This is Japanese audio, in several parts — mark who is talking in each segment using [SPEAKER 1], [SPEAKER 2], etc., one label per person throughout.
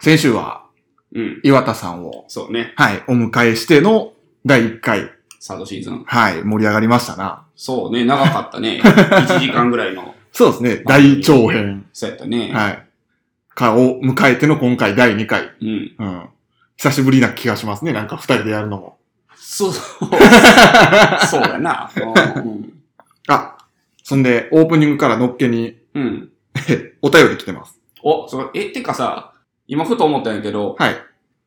[SPEAKER 1] 先週は
[SPEAKER 2] うん。
[SPEAKER 1] 岩田さんを、
[SPEAKER 2] そうね。
[SPEAKER 1] はい、お迎えしての第1回、
[SPEAKER 2] サードシーズン。
[SPEAKER 1] はい、盛り上がりましたな。
[SPEAKER 2] そうね、長かっ たね。1時間ぐらいの、
[SPEAKER 1] そうですね、大長編、
[SPEAKER 2] そうやったね。
[SPEAKER 1] はい、かを迎えての今回第2回。
[SPEAKER 2] うん。
[SPEAKER 1] うん。久しぶりな気がしますね、なんか二人でやるのも。
[SPEAKER 2] そ う、そうやな。うん
[SPEAKER 1] あ、そんで、オープニングからのっけに、
[SPEAKER 2] うん。
[SPEAKER 1] お便り来てます。
[SPEAKER 2] お、そう、え、てかさ、今ふと思ったんやけど、
[SPEAKER 1] はい。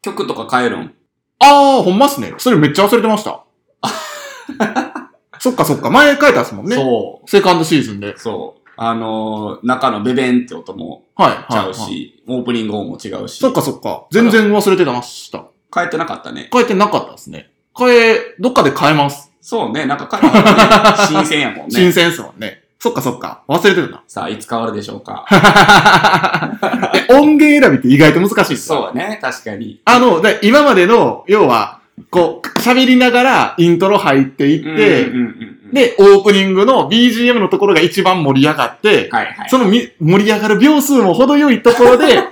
[SPEAKER 2] 曲とか変えるん
[SPEAKER 1] あー、ほんまっすね。それめっちゃ忘れてま した。そっかそっか、前書いたっすもんね。
[SPEAKER 2] そ
[SPEAKER 1] セカンドシーズンで。
[SPEAKER 2] う。そう。あのー、中のベベンって音も
[SPEAKER 1] はい、
[SPEAKER 2] ち
[SPEAKER 1] はい。
[SPEAKER 2] ゃう
[SPEAKER 1] はい
[SPEAKER 2] し、オープニング音も違うし。
[SPEAKER 1] そっかそっか。全然忘れてました。
[SPEAKER 2] 変えてなかったね。
[SPEAKER 1] 変えてなかったですね。変え、どっかで変えます。
[SPEAKER 2] そ うね、なんか変えなかったね新鮮やもん
[SPEAKER 1] 新
[SPEAKER 2] ね。
[SPEAKER 1] 鮮ですもんね。そっかそっか。忘れてた
[SPEAKER 2] さあ、いつ変わるでしょうか。
[SPEAKER 1] な。 え音源選びって意外と難しいですよ。
[SPEAKER 2] そうね、確かに。
[SPEAKER 1] あの、だ今までの、要は、こう、喋りながらイントロ入っていって、
[SPEAKER 2] うんうんうんうん、
[SPEAKER 1] で、オープニングの BGM のところが一番盛り上がって、
[SPEAKER 2] はいはい。
[SPEAKER 1] そのみ盛り上がる秒数も程よいところ で、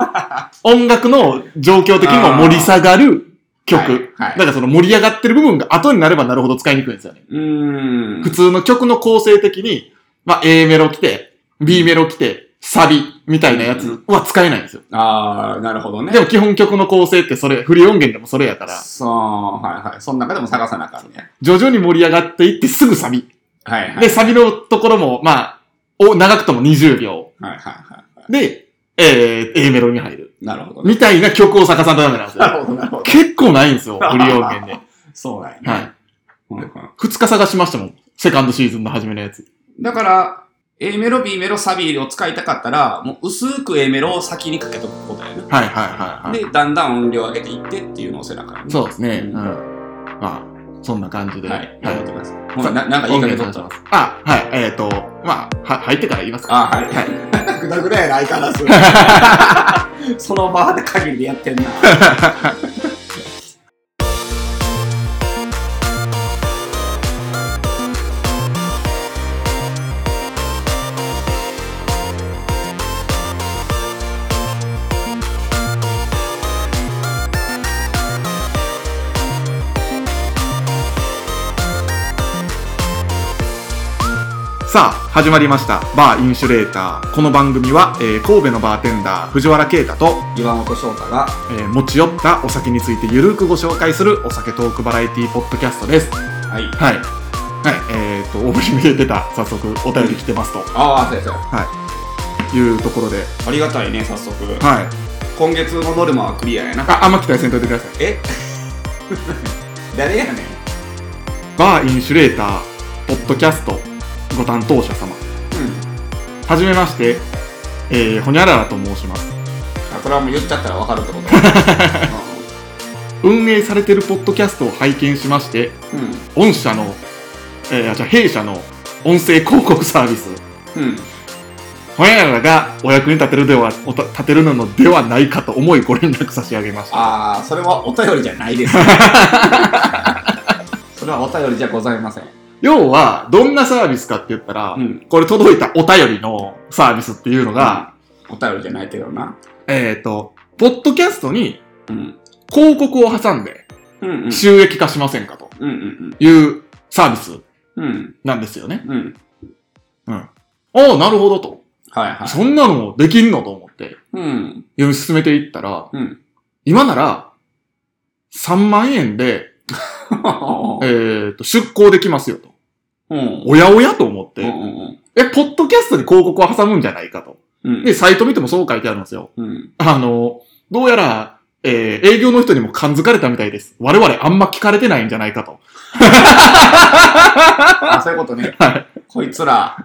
[SPEAKER 1] 音楽の状況的にも盛り下がる曲。
[SPEAKER 2] はい。
[SPEAKER 1] だからその盛り上がってる部分が後になればなるほど使いにくいんですよね。
[SPEAKER 2] うーん
[SPEAKER 1] 普。通の曲の構成的に、まあ A メロ来て、B メロ来て、サビみたいなやつは使えないんですよ。
[SPEAKER 2] ああ、なるほどね。
[SPEAKER 1] でも基本曲の構成ってそれ、振り音源でもそれやから、
[SPEAKER 2] そう、はいはい。その中でも探さなあかんね。
[SPEAKER 1] 徐々に盛り上がっていってすぐサビ。
[SPEAKER 2] はいはい。
[SPEAKER 1] で、サビのところも、まあ、お長くとも20秒。
[SPEAKER 2] はいはいはいは
[SPEAKER 1] で、えー、A メロに入る。
[SPEAKER 2] い。なるほどね。
[SPEAKER 1] みたいな曲を探さんとダメなんです
[SPEAKER 2] な
[SPEAKER 1] よ。
[SPEAKER 2] るほど、なるほど。
[SPEAKER 1] 結構ないんですよ、振り音源で。
[SPEAKER 2] そうだよね。
[SPEAKER 1] はい。
[SPEAKER 2] うんうん
[SPEAKER 1] 二日探しましたもん。セカンドシーズンの初めのやつ。
[SPEAKER 2] だから、A メロ、B メロ、サビを使いたかったら、もう薄く A メロを先にかけとくことやね。
[SPEAKER 1] はいはいはいはい。
[SPEAKER 2] で、だんだん音量上げていってっていうのを背中に。
[SPEAKER 1] そうですね。う。
[SPEAKER 2] うんん
[SPEAKER 1] まあ、そんな感じで。
[SPEAKER 2] はい。頑張ってください。もうななんか言いかけとったら。
[SPEAKER 1] あ、はい、えっ、と、まあ、は、入ってから言いますか。
[SPEAKER 2] あ、 はい。ぐだぐだやな、相変わら ず。その場で限りでやってんな。
[SPEAKER 1] さあ、始まりました。バーインシュレーター。この番組は、えー神戸のバーテンダー、藤原啓太と、
[SPEAKER 2] 岩本翔太が、
[SPEAKER 1] えー持ち寄ったお酒についてゆるくご紹介するお酒トークバラエティポッドキャストです。はい。
[SPEAKER 2] はい。
[SPEAKER 1] はい。えっ、と、オープニングで出た、早速お便り来てますと
[SPEAKER 2] ああ、そうそう。
[SPEAKER 1] いうところで、
[SPEAKER 2] ありがたいね、早速。
[SPEAKER 1] はい。
[SPEAKER 2] 今月のノルマはクリアやな。
[SPEAKER 1] あ、あんま期待せんといてください。
[SPEAKER 2] え 誰やねん。
[SPEAKER 1] バーインシュレーター、ポッドキャスト、ご担当者様。
[SPEAKER 2] うん。
[SPEAKER 1] はじめまして、えー、ほにゃららと申します。
[SPEAKER 2] あこれはもう言っちゃったらわかるって ことだ
[SPEAKER 1] 運営されてるポッドキャストを拝見しまして、
[SPEAKER 2] うん。
[SPEAKER 1] 御社の、えー、じゃあ弊社の音声広告サービス、
[SPEAKER 2] うん。うん。
[SPEAKER 1] ほにゃららがお役に立てるでは、おた立てるのではないかと思いご連絡差し上げました。
[SPEAKER 2] ああ、それはお便りじゃない です。それはお便りじゃございません。
[SPEAKER 1] 要は、どんなサービスかって言ったら、
[SPEAKER 2] うん。
[SPEAKER 1] これ届いたお便りのサービスっていうのが、
[SPEAKER 2] お便りじゃないけどな。
[SPEAKER 1] えっ、と、ポッドキャストに
[SPEAKER 2] うん。
[SPEAKER 1] 広告を挟んで
[SPEAKER 2] うんうん。
[SPEAKER 1] 収益化しませんかと
[SPEAKER 2] うんうん
[SPEAKER 1] いうサービス
[SPEAKER 2] うん。うん。
[SPEAKER 1] なんですよね。
[SPEAKER 2] うん。
[SPEAKER 1] ああ、なるほどと。
[SPEAKER 2] はいはい。
[SPEAKER 1] そんなのもできんのと思って
[SPEAKER 2] うん。
[SPEAKER 1] 読み進めていったら、
[SPEAKER 2] うん。
[SPEAKER 1] 今なら3万円で、えー、と出向できますよと。
[SPEAKER 2] うん。
[SPEAKER 1] おやおやと思っ
[SPEAKER 2] うんう
[SPEAKER 1] て、
[SPEAKER 2] ん
[SPEAKER 1] え、ポッドキャストに広告を挟むんじゃないかと。
[SPEAKER 2] うん。
[SPEAKER 1] で、サイト見てもそう書いてあるんですよ。
[SPEAKER 2] うん。
[SPEAKER 1] あの、どうやら、えー営業の人にも感づかれたみたいです。我々あんま聞かれてないんじゃないかと。
[SPEAKER 2] あ、そういうことね。
[SPEAKER 1] はい
[SPEAKER 2] こいつら。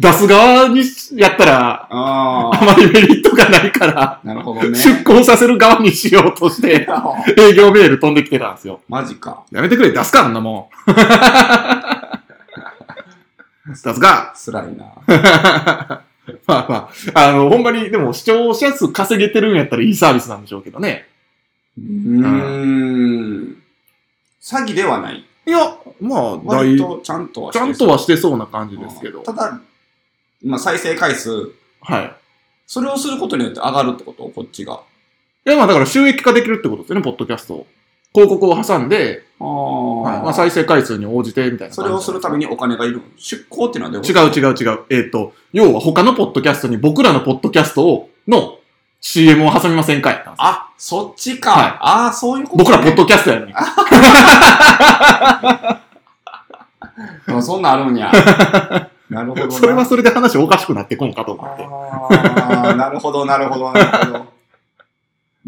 [SPEAKER 1] 出す側にやったら、
[SPEAKER 2] あ
[SPEAKER 1] あまりメリットがないから、
[SPEAKER 2] あ。なるほ どね。
[SPEAKER 1] 出向させる側にしようとして、営業メール飛んできてたんですよ。
[SPEAKER 2] マジか。
[SPEAKER 1] やめてくれ、出すか、あんなも ん。出す か。
[SPEAKER 2] 辛いな。
[SPEAKER 1] まあまあ、あの、ほんまに、でも視聴者数稼げてるんやったらいいサービスなんでしょうけどね。
[SPEAKER 2] うーん。詐欺ではない。
[SPEAKER 1] いや、まあ、だい、
[SPEAKER 2] 割
[SPEAKER 1] ち
[SPEAKER 2] とちゃんとは
[SPEAKER 1] ゃんとはしてそうな感じですけど
[SPEAKER 2] た。だ、まあ再生回数、
[SPEAKER 1] はい。
[SPEAKER 2] それをすることによって上がるってことこっちが。
[SPEAKER 1] や、まあだから収益化できるってことですよね、ポッドキャストを。広告を挟んで、
[SPEAKER 2] あ
[SPEAKER 1] はい
[SPEAKER 2] ー
[SPEAKER 1] まあ、再生回数に応じてみたいな
[SPEAKER 2] そ
[SPEAKER 1] 感
[SPEAKER 2] れ
[SPEAKER 1] じ。
[SPEAKER 2] をするためにお金がいるの出向っていうのはどう
[SPEAKER 1] 違う違う違う。えっ、と、要は他のポッドキャストに僕らのポッドキャストを、の CM を挟みませんかい
[SPEAKER 2] あ、そっちか。
[SPEAKER 1] はい
[SPEAKER 2] ああ、そういうこと、ね。
[SPEAKER 1] 僕らポッドキャストやのに。
[SPEAKER 2] でもそんなんある んや。なるほどな。
[SPEAKER 1] それはそれで話おかしくなってこんかと思って。
[SPEAKER 2] ああ、なるほど、なるほど、なるほど。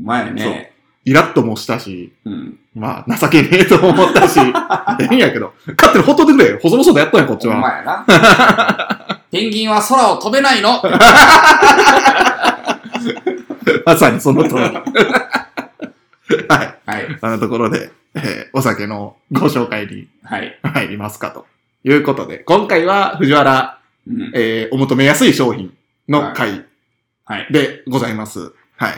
[SPEAKER 2] 前ね。
[SPEAKER 1] イラッともしたし、
[SPEAKER 2] うん。
[SPEAKER 1] まあ、情けねえと思った し、ええんやけど、勝手にほっとってくれよ。細々とやったんや、こっち
[SPEAKER 2] お前
[SPEAKER 1] は。
[SPEAKER 2] やな。 ペンギンは空を飛べないの
[SPEAKER 1] まさにその通り。はい。
[SPEAKER 2] はい。
[SPEAKER 1] あのところで、えーお酒のご紹介に
[SPEAKER 2] はい。
[SPEAKER 1] 入りますかと。いうことで、今回は藤原、
[SPEAKER 2] うん。
[SPEAKER 1] えーお求めやすい商品の回
[SPEAKER 2] はい。
[SPEAKER 1] でございます。はい。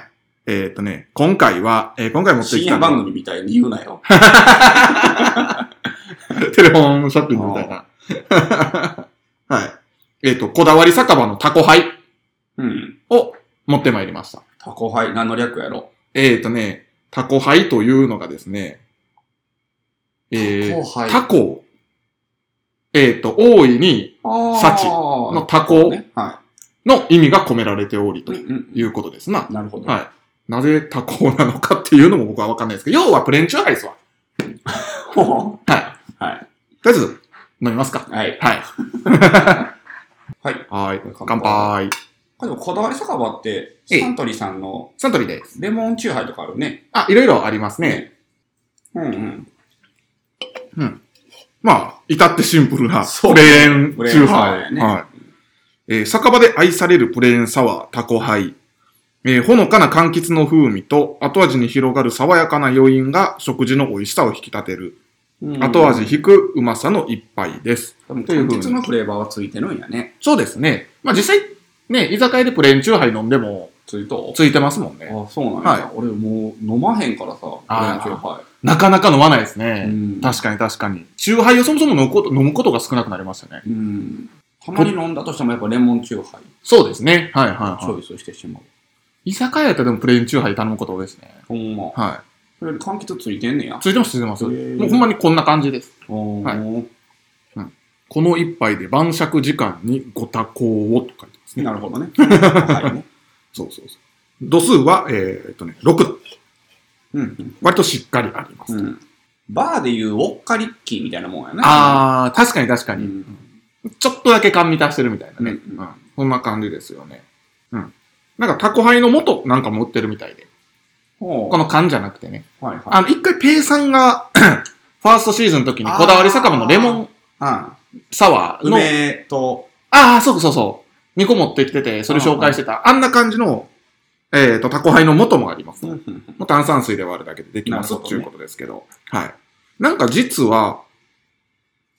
[SPEAKER 1] えーっとね、今回は、えー今回持って
[SPEAKER 2] 深
[SPEAKER 1] きた
[SPEAKER 2] 夜
[SPEAKER 1] のは
[SPEAKER 2] 番組みたいに言うなよ。
[SPEAKER 1] テレフォンショッピングみたいな。 はい。えっ、と、こだわり酒場のタコハイ
[SPEAKER 2] うん。
[SPEAKER 1] を持ってまいりました。
[SPEAKER 2] タコハイ、何の略やろ
[SPEAKER 1] えっ、とね、タコハイというのがですね、えー、
[SPEAKER 2] タコハイ
[SPEAKER 1] タコ、えっ、と、大いに幸の
[SPEAKER 2] の
[SPEAKER 1] タコ
[SPEAKER 2] ね。は
[SPEAKER 1] の意味が込められており
[SPEAKER 2] い。
[SPEAKER 1] と
[SPEAKER 2] うんうん
[SPEAKER 1] いうことですな。
[SPEAKER 2] なるほど。
[SPEAKER 1] はい。なぜタコなのかっていうのも僕はわかんないですけど、要はプレーンチューハイですわ。
[SPEAKER 2] は
[SPEAKER 1] はい。
[SPEAKER 2] はい
[SPEAKER 1] とりあえず、飲みますか。
[SPEAKER 2] い。
[SPEAKER 1] はい。
[SPEAKER 2] はい。
[SPEAKER 1] はい。
[SPEAKER 2] 乾
[SPEAKER 1] 乾杯。
[SPEAKER 2] でもこだわり酒場って、
[SPEAKER 1] ええ
[SPEAKER 2] サントリーさんの
[SPEAKER 1] サントリーです。
[SPEAKER 2] レモンチューハイとかあるね。
[SPEAKER 1] あ、いろいろありますね。
[SPEAKER 2] うんうん。
[SPEAKER 1] まあ、至ってシンプルな
[SPEAKER 2] そう
[SPEAKER 1] プレーン
[SPEAKER 2] プレーン
[SPEAKER 1] チューハ
[SPEAKER 2] サワーや
[SPEAKER 1] イ。
[SPEAKER 2] ね
[SPEAKER 1] はい。えー酒場で愛されるプレーンサワー、タコハイ。えーほのかな柑橘の風味と後味に広がる爽やかな余韻が食事の美味しさを引き立てる。
[SPEAKER 2] うん
[SPEAKER 1] 後味引くうまさの一杯です。
[SPEAKER 2] でも、柑橘のフレーバーはついてるんやね。
[SPEAKER 1] そうですね。まあ実際、ね、居酒屋でプレーンチューハイ飲んでも
[SPEAKER 2] ついと
[SPEAKER 1] ついてますもんね。
[SPEAKER 2] あ、そうなんや。
[SPEAKER 1] はい
[SPEAKER 2] 俺もう飲まへんからさ、フレ
[SPEAKER 1] あ
[SPEAKER 2] ン
[SPEAKER 1] ー
[SPEAKER 2] チューハイ。
[SPEAKER 1] なかなか飲まないですね。
[SPEAKER 2] うん
[SPEAKER 1] 確かに確かに。チューハイをそもそも飲むこと飲むことが少なくなりましたね。
[SPEAKER 2] うん。たまに飲んだとしてもやっぱレモンチューハイ
[SPEAKER 1] そうですね。はいはい
[SPEAKER 2] チョ
[SPEAKER 1] は
[SPEAKER 2] イスしてしまう。
[SPEAKER 1] い。居酒屋やったらでもプレーンチューハイ頼むこと多いですね。
[SPEAKER 2] ほんま。
[SPEAKER 1] はい。
[SPEAKER 2] それ柑橘ついてんねや。
[SPEAKER 1] ついてます、ついてます。
[SPEAKER 2] へー
[SPEAKER 1] もうほんまにこんな感じです。
[SPEAKER 2] お
[SPEAKER 1] はい
[SPEAKER 2] ー
[SPEAKER 1] この一杯で晩酌時間にご多幸をと書いてますね。
[SPEAKER 2] なる ほどね。はいね。
[SPEAKER 1] そうそうそう。度数は、えーっとね、6度。
[SPEAKER 2] うん
[SPEAKER 1] 割としっかりあります。
[SPEAKER 2] うん。うん。バーでいうウォッカリッキーみたいなもんやね。
[SPEAKER 1] あー、確かに確か
[SPEAKER 2] う
[SPEAKER 1] に。
[SPEAKER 2] ん。
[SPEAKER 1] ちょっとだけ甘味足してるみたいなね。
[SPEAKER 2] うんうん
[SPEAKER 1] そんな感じですよね。うん。なんかタコハイの元なんかも売ってるみたいで。
[SPEAKER 2] ほう
[SPEAKER 1] この缶じゃなくてね。
[SPEAKER 2] はいはい。
[SPEAKER 1] あの、一回ペイさんが、 ファーストシーズンの時にこだわり酒場のレモン
[SPEAKER 2] あ
[SPEAKER 1] サワーの、
[SPEAKER 2] 梅と、
[SPEAKER 1] ああ、そうそうそう。2個持ってきてて、それ紹介してた。あんな感じの、えっ、と、タコハイの元もあります。もう炭酸水で割るだけでできます
[SPEAKER 2] な
[SPEAKER 1] っ
[SPEAKER 2] るほ
[SPEAKER 1] て
[SPEAKER 2] ど
[SPEAKER 1] い
[SPEAKER 2] ね
[SPEAKER 1] うことですけど。はい。なんか実は、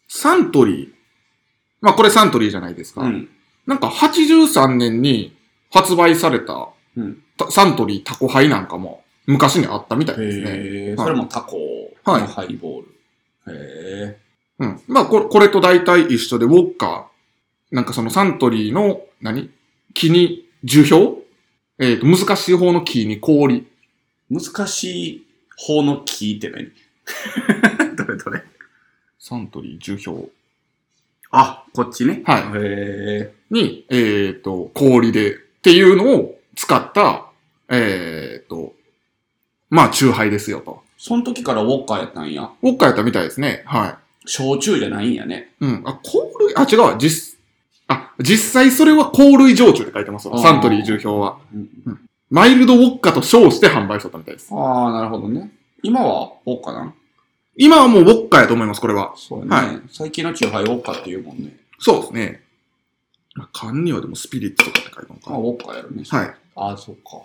[SPEAKER 1] サントリー。まあこれサントリーじゃないですか。
[SPEAKER 2] うん。
[SPEAKER 1] なんか83年に発売された
[SPEAKER 2] うん
[SPEAKER 1] たサントリータコハイなんかも昔にあったみたいですね。
[SPEAKER 2] へえ、
[SPEAKER 1] はい
[SPEAKER 2] それもタコ
[SPEAKER 1] はい
[SPEAKER 2] のハイボール。へえ。
[SPEAKER 1] うん。まあこれ、これと大体一緒で、ウォッカー、なんかそのサントリーの、何木に、樹氷えっ、と、難しい方の木に氷。
[SPEAKER 2] 難しい方の木って何 どれどれ
[SPEAKER 1] サントリー樹氷
[SPEAKER 2] あ、こっちね。
[SPEAKER 1] はい
[SPEAKER 2] へえ。
[SPEAKER 1] に、えっ、と、氷でっていうのを使った、えっ、と、まあ、チューハイですよと。
[SPEAKER 2] その時からウォッカーやったんや。
[SPEAKER 1] ウォッカーやったみたいですね。は
[SPEAKER 2] 焼酎じゃないんやね。
[SPEAKER 1] い。うん。あ、氷、あ、違うわ。実、あ、実際それは氷類焼酎って書いてますわ。
[SPEAKER 2] あー
[SPEAKER 1] サントリー樹氷は。
[SPEAKER 2] うん
[SPEAKER 1] マイルドウォッカと称して販売しとったみたいです。
[SPEAKER 2] ああ、なるほどね。今はウォッカなん
[SPEAKER 1] 今はもうウォッカやと思います、これは。
[SPEAKER 2] そうや
[SPEAKER 1] は
[SPEAKER 2] ね。最近のチューハイウォッカって言うもんね。
[SPEAKER 1] そうですね。まあ、缶にはでもスピリッツとかって書いてある
[SPEAKER 2] まあ、ウ
[SPEAKER 1] の
[SPEAKER 2] ォッカやるね。
[SPEAKER 1] か。はい。
[SPEAKER 2] ああ、そっか。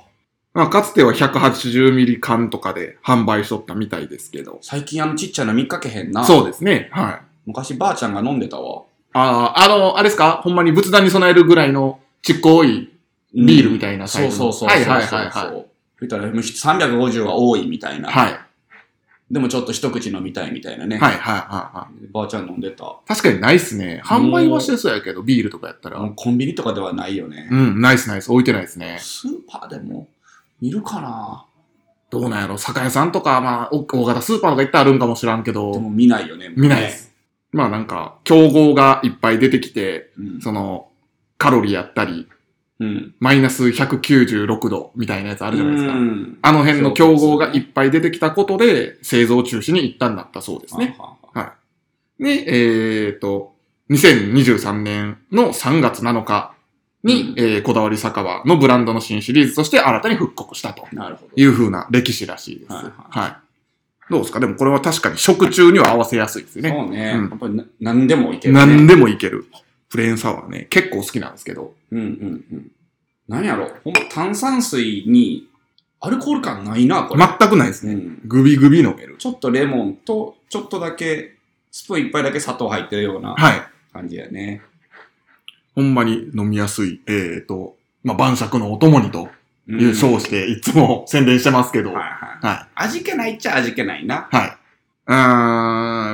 [SPEAKER 1] まあ、かつては180ミリ缶とかで販売しとったみたいですけど。
[SPEAKER 2] 最近あのちっちゃな見かけへんな。
[SPEAKER 1] そうですね。はい。
[SPEAKER 2] 昔ばあちゃんが飲んでたわ。
[SPEAKER 1] ああ、あの、あれですかほんまに仏壇に備えるぐらいのちっこいビールみたいなサ
[SPEAKER 2] そ
[SPEAKER 1] イ
[SPEAKER 2] う
[SPEAKER 1] ズ
[SPEAKER 2] そうそうそうそう。
[SPEAKER 1] はいはいはいはい。
[SPEAKER 2] い。そしたら、むし350は多いみたいな。
[SPEAKER 1] はい。
[SPEAKER 2] でもちょっと一口飲みたいみたいなね。
[SPEAKER 1] はいはいはいは
[SPEAKER 2] ばあちゃん飲んでた。
[SPEAKER 1] い。確かにないっすね。販売はしてそうやけど、ビールとかやったら。
[SPEAKER 2] もうコンビニとかではないよね
[SPEAKER 1] う。ん、ないっすないっす。置いてないですね。
[SPEAKER 2] スーパーでも見るかな
[SPEAKER 1] どうなんやろ酒屋さんとか、まあ、お大型スーパーとか行ったらあるんかもしらんけ
[SPEAKER 2] で
[SPEAKER 1] ど、
[SPEAKER 2] も見ないよね。もうね
[SPEAKER 1] 見ないで。す。まあなんか、競合がいっぱい出てきて、
[SPEAKER 2] うん。
[SPEAKER 1] その、カロリーやったり、
[SPEAKER 2] うん。
[SPEAKER 1] マイナス196度みたいなやつあ
[SPEAKER 2] あ
[SPEAKER 1] るじゃないですか。
[SPEAKER 2] うん。
[SPEAKER 1] あの辺の競合がいっぱい出てきたことで、製造中止に一旦なったそうですね。
[SPEAKER 2] ははは。
[SPEAKER 1] で、えっ、と、2023年の3月7日に、
[SPEAKER 2] うん
[SPEAKER 1] えーこだわり酒場のブランドの新シリーズとして新たに復刻したと
[SPEAKER 2] なるほど。
[SPEAKER 1] いう風な歴史らしいです。
[SPEAKER 2] はいはい
[SPEAKER 1] どうですかでもこれは確かに食中には合わせやすいですよね。
[SPEAKER 2] そうね。
[SPEAKER 1] うん
[SPEAKER 2] やっぱりな何でもいける、ね。
[SPEAKER 1] 何でもいける。プレーンサワーね、結構好きなんですけど。
[SPEAKER 2] うんうんうん。何やろほんま炭酸水にアルコール感ないな、これ。
[SPEAKER 1] 全くないです
[SPEAKER 2] う
[SPEAKER 1] ね。
[SPEAKER 2] ん。
[SPEAKER 1] グビグビ飲める。
[SPEAKER 2] ちょっとレモンと、ちょっとだけ、スプーン一杯だけ砂糖入ってるような
[SPEAKER 1] はい。
[SPEAKER 2] 感じやね。
[SPEAKER 1] ほんまに飲みやすい、えー、と、まあ、晩酌のお供にと
[SPEAKER 2] うん
[SPEAKER 1] いう称して、いつも宣伝してますけど、
[SPEAKER 2] はい
[SPEAKER 1] はい。
[SPEAKER 2] はい。
[SPEAKER 1] は
[SPEAKER 2] 味気ないっちゃ味気ないな。
[SPEAKER 1] い。うー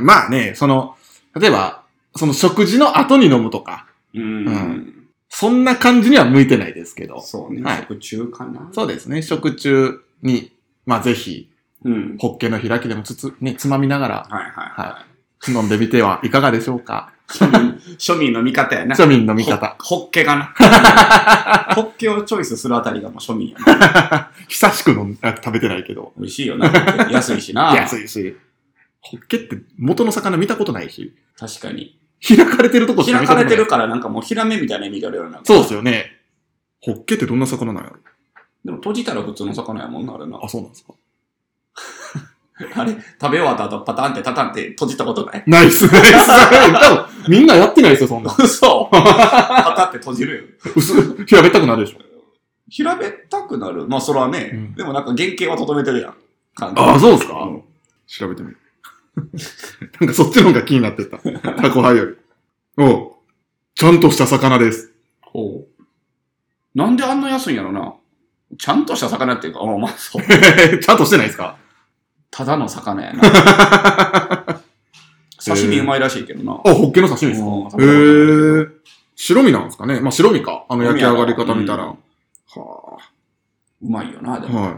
[SPEAKER 1] ん、まあね、その、例えば、その食事の後に飲むとか、
[SPEAKER 2] うん。
[SPEAKER 1] うんそんな感じには向いてないですけど、
[SPEAKER 2] そうね。
[SPEAKER 1] はい
[SPEAKER 2] 食中かな。
[SPEAKER 1] そうですね、食中に、まあ、ぜひ、
[SPEAKER 2] うん。
[SPEAKER 1] ホッケの開きでもつつ、ね、つまみながら
[SPEAKER 2] はいは
[SPEAKER 1] 飲んでみてはいかがでしょうか。
[SPEAKER 2] いはい。庶民の味方やな。
[SPEAKER 1] 庶民の味方。
[SPEAKER 2] ほ。ホッケかな。 ホッケをチョイスするあたりがもう庶民やな。
[SPEAKER 1] 久しく飲んあ食べてないけど。
[SPEAKER 2] 美味しいよな。安いしな。
[SPEAKER 1] 安いし。ホッケって元の魚見たことないし。
[SPEAKER 2] 確かに。
[SPEAKER 1] 開かれてるとこしか
[SPEAKER 2] 開
[SPEAKER 1] 見た
[SPEAKER 2] か
[SPEAKER 1] こと
[SPEAKER 2] れ
[SPEAKER 1] ない
[SPEAKER 2] てるからなんかもうヒラメみたいな意味があるような。
[SPEAKER 1] そうですよね。ホッケってどんな魚なんやろ
[SPEAKER 2] でも閉じたら普通の魚やもんな、あ れな。
[SPEAKER 1] あ、そうなんですか。
[SPEAKER 2] あれ食べ終わった後パタンってタタンって閉じたことない
[SPEAKER 1] ナイスナイス 多分みんなやってないですよ、そんな。
[SPEAKER 2] 嘘パタンって閉じるよ。
[SPEAKER 1] 薄、平べったくなるでしょ。
[SPEAKER 2] 平べったくなる。まあそれはね、
[SPEAKER 1] うん
[SPEAKER 2] でもなんか原型はとどめてるやん。感じ
[SPEAKER 1] あ、そうですか、
[SPEAKER 2] うん
[SPEAKER 1] 調べてみる。 なんかそっちの方が気になってた。タコハイより。おうちゃんとした魚です。
[SPEAKER 2] ほう。なんであんな安いんやろな。ちゃんとした魚っていうか、おまあそう。
[SPEAKER 1] ちゃんとしてないですか
[SPEAKER 2] ただの魚 やな。刺身うまいらしいけどな。
[SPEAKER 1] あ、ホッケの刺身ですか
[SPEAKER 2] うん
[SPEAKER 1] へー。白身なんですかねまあ白身か。あの焼き上がり方見たら。
[SPEAKER 2] う
[SPEAKER 1] はあ
[SPEAKER 2] うまいよな、でも。
[SPEAKER 1] はい。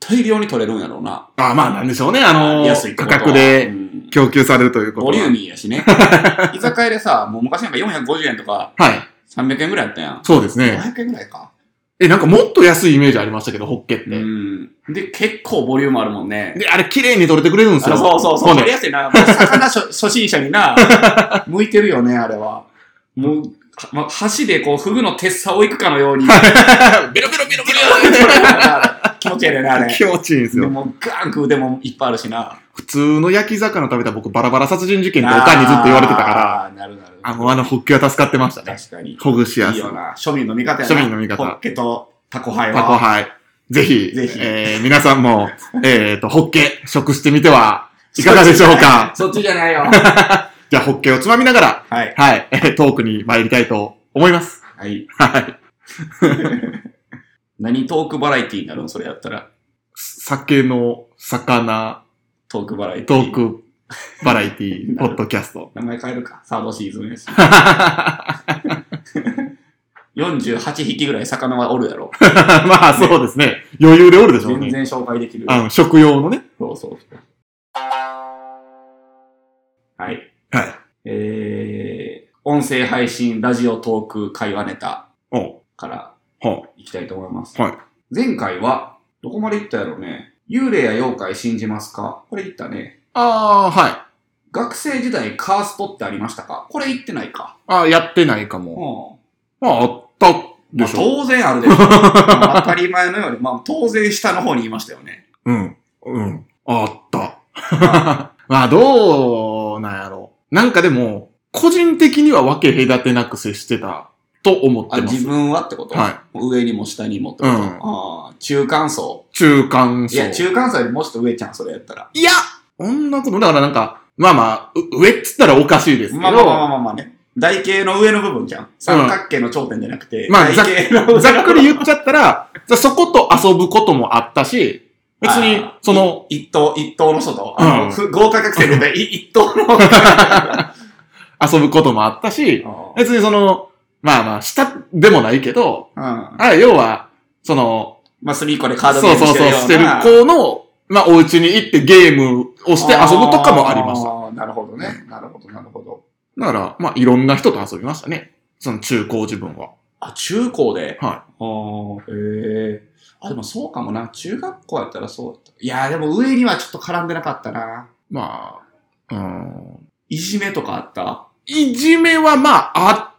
[SPEAKER 2] 大量に取れるんやろうな。
[SPEAKER 1] あ、まあなんでしょうね。あの
[SPEAKER 2] 安いっ
[SPEAKER 1] 価
[SPEAKER 2] てことは
[SPEAKER 1] 格で
[SPEAKER 2] うん
[SPEAKER 1] 供給されるということ
[SPEAKER 2] ボ
[SPEAKER 1] は
[SPEAKER 2] リューミーやしね。居酒屋でさ、もう昔なんか450円とか
[SPEAKER 1] はい。
[SPEAKER 2] 300円ぐらいやったやん。
[SPEAKER 1] そうですね。
[SPEAKER 2] 500円ぐらいか。
[SPEAKER 1] え、なんかもっと安いイメージありましたけど、ホッケって。
[SPEAKER 2] うん。で、結構ボリュームあるもんね。
[SPEAKER 1] で、あれ綺麗に取れてくれるんです
[SPEAKER 2] あ
[SPEAKER 1] よ。
[SPEAKER 2] そうそうそう。
[SPEAKER 1] ほん
[SPEAKER 2] 取り
[SPEAKER 1] で
[SPEAKER 2] やすいな。もう 魚初初心者にな、向いてるよね、あれは。もう、はま箸でこう、フグの鉄砂をいくかのように、ビ
[SPEAKER 1] ベロベロベロベ
[SPEAKER 2] ューンって取れるから気持ちいいね、あ れ。
[SPEAKER 1] 気持ちいいんです
[SPEAKER 2] で
[SPEAKER 1] よ。
[SPEAKER 2] も、ガーン食うでもいっぱいあるしな。
[SPEAKER 1] 普通の焼き魚食べたら僕、バラバラ殺人事件っておかんにずっと言われてたから、
[SPEAKER 2] あー。なるなる。
[SPEAKER 1] あの、あのホッケは助かってましたね。
[SPEAKER 2] 確かに。
[SPEAKER 1] ほぐしや
[SPEAKER 2] いい
[SPEAKER 1] すい。
[SPEAKER 2] よな。庶民の味方やな。
[SPEAKER 1] 庶民の味方
[SPEAKER 2] ホッケとタコハイは。
[SPEAKER 1] タコハイ。ぜひ、
[SPEAKER 2] ぜひ
[SPEAKER 1] えー皆さんも、えっと、ホッケ、食してみてはいかがでしょうか。
[SPEAKER 2] そっちじゃないよ。
[SPEAKER 1] じゃあ、ホッケをつまみながら、
[SPEAKER 2] はい。
[SPEAKER 1] はい、えートークに参りたいと思います。
[SPEAKER 2] はい。
[SPEAKER 1] はい。
[SPEAKER 2] 何トークバラエティになるのそれやったら。
[SPEAKER 1] 酒の魚、
[SPEAKER 2] トークバラエテ
[SPEAKER 1] ト
[SPEAKER 2] ィ
[SPEAKER 1] ー。クバラエテ ィポッドキャスト。
[SPEAKER 2] 名前変えるか。サードシーズンやし。48匹ぐらい魚はおるやろ。
[SPEAKER 1] まあそうですね。余裕でおるでしょう
[SPEAKER 2] 全
[SPEAKER 1] ね。
[SPEAKER 2] 然紹介できる。
[SPEAKER 1] あの、食用のね。
[SPEAKER 2] そうそうそう。
[SPEAKER 1] は
[SPEAKER 2] はい。
[SPEAKER 1] い。
[SPEAKER 2] えー、音声配信、ラジオトーク、会話ネタ
[SPEAKER 1] おう
[SPEAKER 2] から
[SPEAKER 1] はい
[SPEAKER 2] きたいと思います。
[SPEAKER 1] はい。
[SPEAKER 2] 前回は、どこまで行ったやろうね。幽霊や妖怪信じますかこれ行ったね。
[SPEAKER 1] ああ、はい。
[SPEAKER 2] 学生時代カーストってありましたかこれ言ってないか。
[SPEAKER 1] ああ、やってないか
[SPEAKER 2] う
[SPEAKER 1] も。
[SPEAKER 2] ん。
[SPEAKER 1] まあ、あった
[SPEAKER 2] ま
[SPEAKER 1] で
[SPEAKER 2] あ、
[SPEAKER 1] しょ。
[SPEAKER 2] 当然あるで しょ。まあ当たり前のように、まあ当然下の方にいましたよ ね。
[SPEAKER 1] うん。うん。あった。まあ、どうなんやろう。なんかでも、個人的には分け隔てなく接してたと思っ
[SPEAKER 2] あ
[SPEAKER 1] てま
[SPEAKER 2] 自
[SPEAKER 1] す。
[SPEAKER 2] 分はってこと、
[SPEAKER 1] は
[SPEAKER 2] 上にも下にもってこと、
[SPEAKER 1] うん
[SPEAKER 2] ああ中間層。
[SPEAKER 1] い。中間
[SPEAKER 2] い
[SPEAKER 1] 層。
[SPEAKER 2] や、中間層よりもうちょっと上ちゃん、それやったら。
[SPEAKER 1] いやこんなこと、だからなんか、まあまあ、う上っつったらおかしいですけど、
[SPEAKER 2] まあまあまあまあまあまあね。台形の上の部分じゃん。三角形の頂点じゃなくて、
[SPEAKER 1] まあざっ
[SPEAKER 2] 台形の上の
[SPEAKER 1] ざっくり言っちゃったら、 じゃあそこと遊ぶこともあったし、別に
[SPEAKER 2] ああ、
[SPEAKER 1] その、
[SPEAKER 2] 一等、一等の人と、あの、
[SPEAKER 1] うん
[SPEAKER 2] ふ豪華客船でい一等 の。
[SPEAKER 1] 遊ぶこともあったし、別にその、まあまあ、下でもないけど、
[SPEAKER 2] うん。
[SPEAKER 1] あ要は、その、
[SPEAKER 2] まあ、隅っこでカー
[SPEAKER 1] そ
[SPEAKER 2] ド
[SPEAKER 1] う
[SPEAKER 2] ゲーム
[SPEAKER 1] そう
[SPEAKER 2] して
[SPEAKER 1] そう、
[SPEAKER 2] るような。
[SPEAKER 1] してる子の、まあ、お家に行ってゲームをして遊ぶとかもありました。
[SPEAKER 2] あー。なるほどね。なるほど、なるほど。
[SPEAKER 1] だから、まあ、いろんな人と遊びましたね。その中高自分は。
[SPEAKER 2] あ、中高で
[SPEAKER 1] は
[SPEAKER 2] ああ、へえ。あ、でもそうかもな。中学校やったらそうだった。いやー、でも上にはちょっと絡んでなかったな。
[SPEAKER 1] い。まあ、うん。
[SPEAKER 2] いじめとかあった
[SPEAKER 1] いじめはまあ、あっ